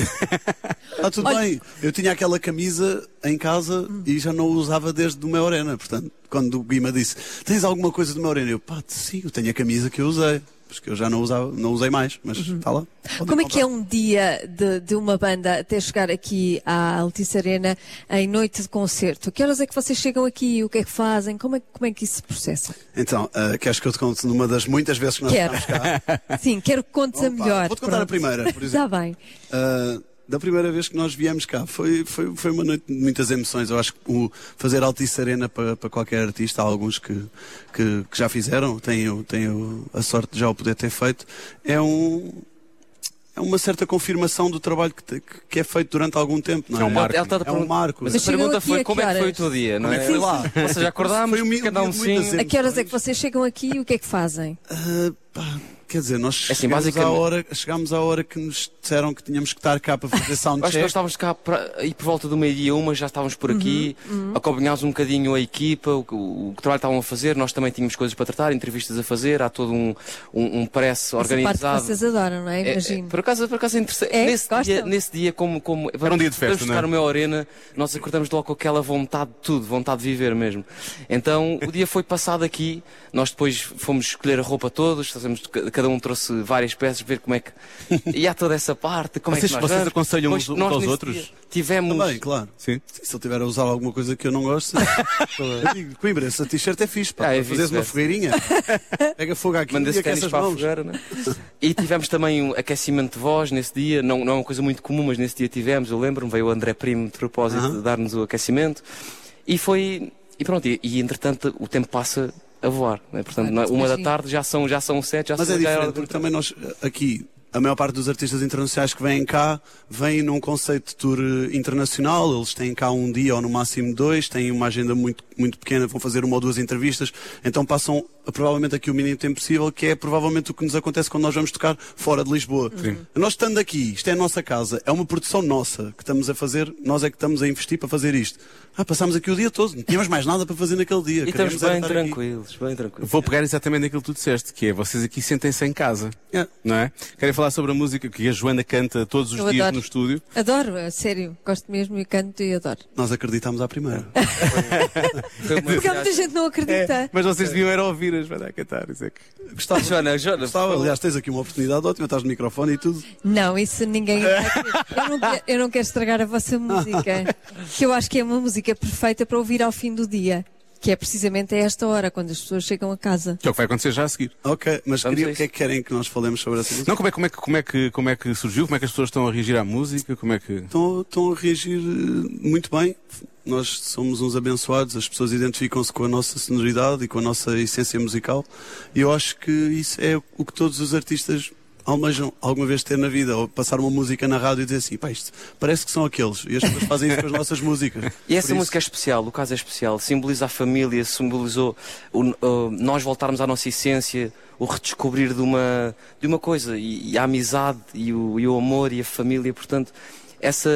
[SPEAKER 19] Ah, tudo bem. Eu tinha aquela camisa em casa e já não a usava desde o meu arena. Portanto, quando o Guima disse: Tens alguma coisa do meu arena? Eu, pá, sim, eu tenho a camisa que eu usei. Porque eu já não, usava, não usei mais, mas está lá.
[SPEAKER 1] Como é que é um dia de, de uma banda até chegar aqui à Altice Arena em noite de concerto? Que horas é que vocês chegam aqui? O que é que fazem? Como é, como é que isso se processa?
[SPEAKER 19] Então, ah, queres que eu te conte numa das muitas vezes que nós
[SPEAKER 1] Quero.
[SPEAKER 19] estamos cá?
[SPEAKER 1] Sim, quero que contes a
[SPEAKER 19] Opa,
[SPEAKER 1] melhor.
[SPEAKER 19] Vou-te contar a primeira, por exemplo.
[SPEAKER 1] Está bem.
[SPEAKER 19] Uh, da primeira vez que nós viemos cá, foi, foi, foi uma noite de muitas emoções. Eu acho que o fazer Altice Arena para, para qualquer artista, há alguns que, que, que já fizeram, tenho, tenho a sorte de já o poder ter feito, é um. É uma certa confirmação do trabalho que, te- que- que é feito durante algum tempo, não é?
[SPEAKER 4] É um marco.
[SPEAKER 14] Ela está a
[SPEAKER 19] É um
[SPEAKER 14] perguntar-
[SPEAKER 19] marco.
[SPEAKER 14] tá Mas,
[SPEAKER 1] Mas
[SPEAKER 14] a
[SPEAKER 1] chegou
[SPEAKER 14] pergunta
[SPEAKER 1] aqui a
[SPEAKER 14] foi
[SPEAKER 1] que
[SPEAKER 14] como é que foi o
[SPEAKER 1] horas?
[SPEAKER 14] teu dia, não
[SPEAKER 19] Como é
[SPEAKER 14] é?
[SPEAKER 19] que foi lá?
[SPEAKER 14] Ou seja, acordámos,
[SPEAKER 19] Foi um mil-
[SPEAKER 14] cada um
[SPEAKER 19] mil- muitas
[SPEAKER 14] sim.
[SPEAKER 1] A que horas é que vocês chegam aqui e o que é que fazem?
[SPEAKER 19] Uh, pá, quer dizer, nós
[SPEAKER 14] É assim,
[SPEAKER 19] chegámos,
[SPEAKER 14] basicamente-
[SPEAKER 19] à hora, chegámos à hora que nos disseram que tínhamos que estar cá para fazer
[SPEAKER 14] Acho que
[SPEAKER 19] soundcheck.
[SPEAKER 14] nós estávamos cá pra- e por volta do meio-dia, uma, já estávamos por aqui,
[SPEAKER 1] Uhum,
[SPEAKER 14] acompanhámos um bocadinho a equipa, o, que- o que trabalho estavam a fazer, nós também tínhamos coisas para tratar, entrevistas a fazer, há todo um, um, um press
[SPEAKER 1] Essa parte que
[SPEAKER 14] organizado.
[SPEAKER 1] vocês adoram, não é?
[SPEAKER 14] É, é,
[SPEAKER 1] Imagino.
[SPEAKER 14] por acaso, por acaso é interessante.
[SPEAKER 1] É?
[SPEAKER 14] nesse,
[SPEAKER 1] Gostam?
[SPEAKER 14] dia, nesse dia, como, como
[SPEAKER 4] Era um dia de festa,
[SPEAKER 14] vamos tocar
[SPEAKER 4] não é?
[SPEAKER 14] no meu arena, nós acordamos logo com aquela vontade de tudo, vontade de viver mesmo. Então o dia foi passado aqui, nós depois fomos escolher a roupa todos, fazemos, cada um trouxe várias peças, ver como é que. E há toda essa parte, como
[SPEAKER 4] Vocês-
[SPEAKER 14] é que nós
[SPEAKER 4] vocês
[SPEAKER 14] vamos.
[SPEAKER 4] aconselham
[SPEAKER 14] Depois,
[SPEAKER 4] uns- uns
[SPEAKER 14] nós
[SPEAKER 4] aos
[SPEAKER 14] nesse
[SPEAKER 4] outros?
[SPEAKER 14] dia Tivemos.
[SPEAKER 19] Também, claro.
[SPEAKER 4] Sim.
[SPEAKER 19] Sim, se ele tiver a usar alguma coisa que eu não gosto, sim. Eu digo, Coimbra, essa t-shirt é fixe, pá.
[SPEAKER 14] Ah, é
[SPEAKER 19] Fazes uma
[SPEAKER 14] vice-versa.
[SPEAKER 19] fogueirinha, pega fogo aqui um
[SPEAKER 14] Manda-se
[SPEAKER 19] e aquece
[SPEAKER 14] ténis
[SPEAKER 19] as
[SPEAKER 14] para a
[SPEAKER 19] mãos.
[SPEAKER 14] fogueira, né? E tivemos também um aquecimento de voz nesse dia, não, não é uma coisa muito comum, mas nesse dia tivemos, eu lembro-me, veio o André Primo de propósito de dar-nos o aquecimento. E foi. E pronto, e, e entretanto o tempo passa a voar. Né? Portanto, na- uma da tarde já são, já são sete, já
[SPEAKER 19] Mas
[SPEAKER 14] são
[SPEAKER 19] é
[SPEAKER 14] já era-
[SPEAKER 19] diferente, porque também nós, aqui, a maior parte dos artistas internacionais que vêm cá, vêm num conceito de tour eh, internacional, eles têm cá um dia ou no máximo dois, têm uma agenda muito, muito pequena, vão fazer uma ou duas entrevistas, então passam eh, provavelmente aqui o mínimo tempo possível, que é provavelmente o que nos acontece quando nós vamos tocar fora de Lisboa.
[SPEAKER 4] Sim.
[SPEAKER 19] Nós estando aqui, isto é a nossa casa, é uma produção nossa que estamos a fazer, nós é que estamos a investir para fazer isto. Ah, passámos aqui o dia todo, não tínhamos mais nada para fazer naquele dia.
[SPEAKER 14] E estamos
[SPEAKER 19] queríamos era
[SPEAKER 14] bem
[SPEAKER 19] estar aqui.
[SPEAKER 14] tranquilos, bem tranquilos.
[SPEAKER 4] Vou pegar exatamente aquilo que tu disseste, que é vocês aqui sentem-se em casa.
[SPEAKER 19] É.
[SPEAKER 4] Não é? Querem falar sobre a música que a Joana canta todos os
[SPEAKER 1] Eu
[SPEAKER 4] dias
[SPEAKER 1] adoro.
[SPEAKER 4] no estúdio?
[SPEAKER 1] Adoro, a sério, gosto mesmo e canto e adoro.
[SPEAKER 19] Nós acreditamos à primeira.
[SPEAKER 1] Porque há muita gente não
[SPEAKER 19] É,
[SPEAKER 1] acredita.
[SPEAKER 4] É, Mas vocês deviam era ouvir a Joana a cantar. Isso é que...
[SPEAKER 19] Gostava,
[SPEAKER 14] Joana, Joana,
[SPEAKER 19] gostava. Aliás, tens aqui uma oportunidade ótima, estás no microfone e tudo.
[SPEAKER 1] Não, isso ninguém. vai querer. Eu não, que- eu não quero estragar a vossa música, que eu acho que é uma música perfeita para ouvir ao fim do dia, que é precisamente a esta hora, quando as pessoas chegam a casa.
[SPEAKER 4] Que é o que vai acontecer já a seguir.
[SPEAKER 19] Ok, mas
[SPEAKER 4] Vamos
[SPEAKER 19] queria,
[SPEAKER 4] a
[SPEAKER 19] o que é que querem que nós falemos sobre essa música?
[SPEAKER 4] Não, como é, como, é, que- como, é que, como é que surgiu? Como é que as pessoas estão a reagir à música? Como é que.
[SPEAKER 19] Estão, estão a reagir eh, muito bem. Nós somos uns abençoados, as pessoas identificam-se com a nossa sonoridade e com a nossa essência musical. E eu acho que isso é o que todos os artistas almejam alguma vez ter na vida, ou passar uma música na rádio e dizer assim, pá, isto parece que são aqueles. E as pessoas fazem isso com as nossas músicas.
[SPEAKER 14] E essa
[SPEAKER 19] Por isso-
[SPEAKER 14] música é especial, o caso é especial, simboliza a família, simbolizou o- o- nós voltarmos à nossa essência, o redescobrir de uma, de uma coisa, e, e a amizade, e o, e o amor, e a família, portanto, essa,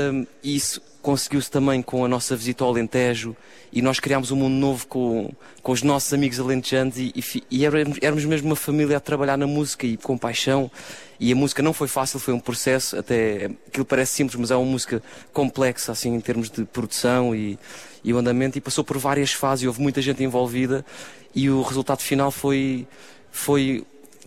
[SPEAKER 14] isso conseguiu-se também com a nossa visita ao Alentejo, e nós criámos um mundo novo com, com os nossos amigos alentejanos, e, e fi- e éramos, éramos mesmo uma família a trabalhar na música, e com paixão, e a música não foi fácil, foi um processo, até aquilo parece simples, mas é uma música complexa, assim, em termos de produção e, e o andamento, e passou por várias fases, e houve muita gente envolvida, e o resultado final foi, foi,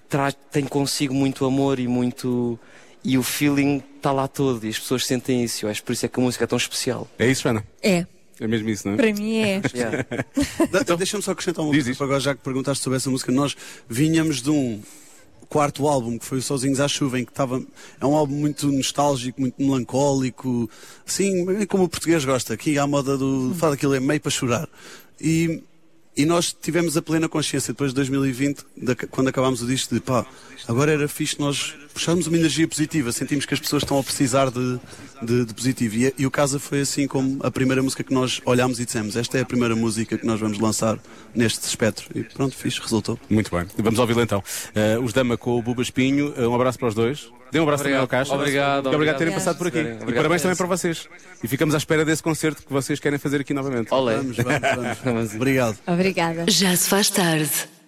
[SPEAKER 14] traz, tem consigo muito amor e muito, e o feeling está lá todo, e as pessoas sentem isso, eu acho por isso é que a música é tão especial.
[SPEAKER 4] É isso, Joana?
[SPEAKER 1] É,
[SPEAKER 4] É mesmo isso, não é?
[SPEAKER 1] para mim é.
[SPEAKER 14] Yeah.
[SPEAKER 19] Da- Então, Deixa-me só acrescentar uma coisa, agora já que perguntaste sobre essa música, nós vinhamos de um quarto álbum que foi o Sozinhos à Chuva, em que estava. É um álbum muito nostálgico, muito melancólico, assim, como o português gosta, aqui à moda do. Fala aquilo, é meio para chorar. E, e nós tivemos a plena consciência depois de 2020, da- quando acabámos o disco, de pá, agora era fixe nós puxarmos uma energia positiva, sentimos que as pessoas estão a precisar de, de, de positivo. E, e o Casa foi assim como a primeira música que nós olhámos e dissemos: esta é a primeira música que nós vamos lançar neste espectro. E pronto, fixe, resultou.
[SPEAKER 4] Muito bem. Vamos ouvi-la então. Eh, os Dama com o Buba Espinho. Eh, um abraço para os dois. Dê um
[SPEAKER 14] Obrigado.
[SPEAKER 4] abraço também ao Caixa.
[SPEAKER 14] Obrigado,
[SPEAKER 4] E obrigado por
[SPEAKER 14] obrigado.
[SPEAKER 4] terem passado por aqui.
[SPEAKER 14] Obrigado.
[SPEAKER 4] E
[SPEAKER 14] Obrigado.
[SPEAKER 4] parabéns também para vocês. E ficamos à espera desse concerto que vocês querem fazer aqui novamente.
[SPEAKER 14] Olé.
[SPEAKER 19] Vamos, vamos, vamos. Obrigado.
[SPEAKER 1] Obrigada.
[SPEAKER 18] Já se faz tarde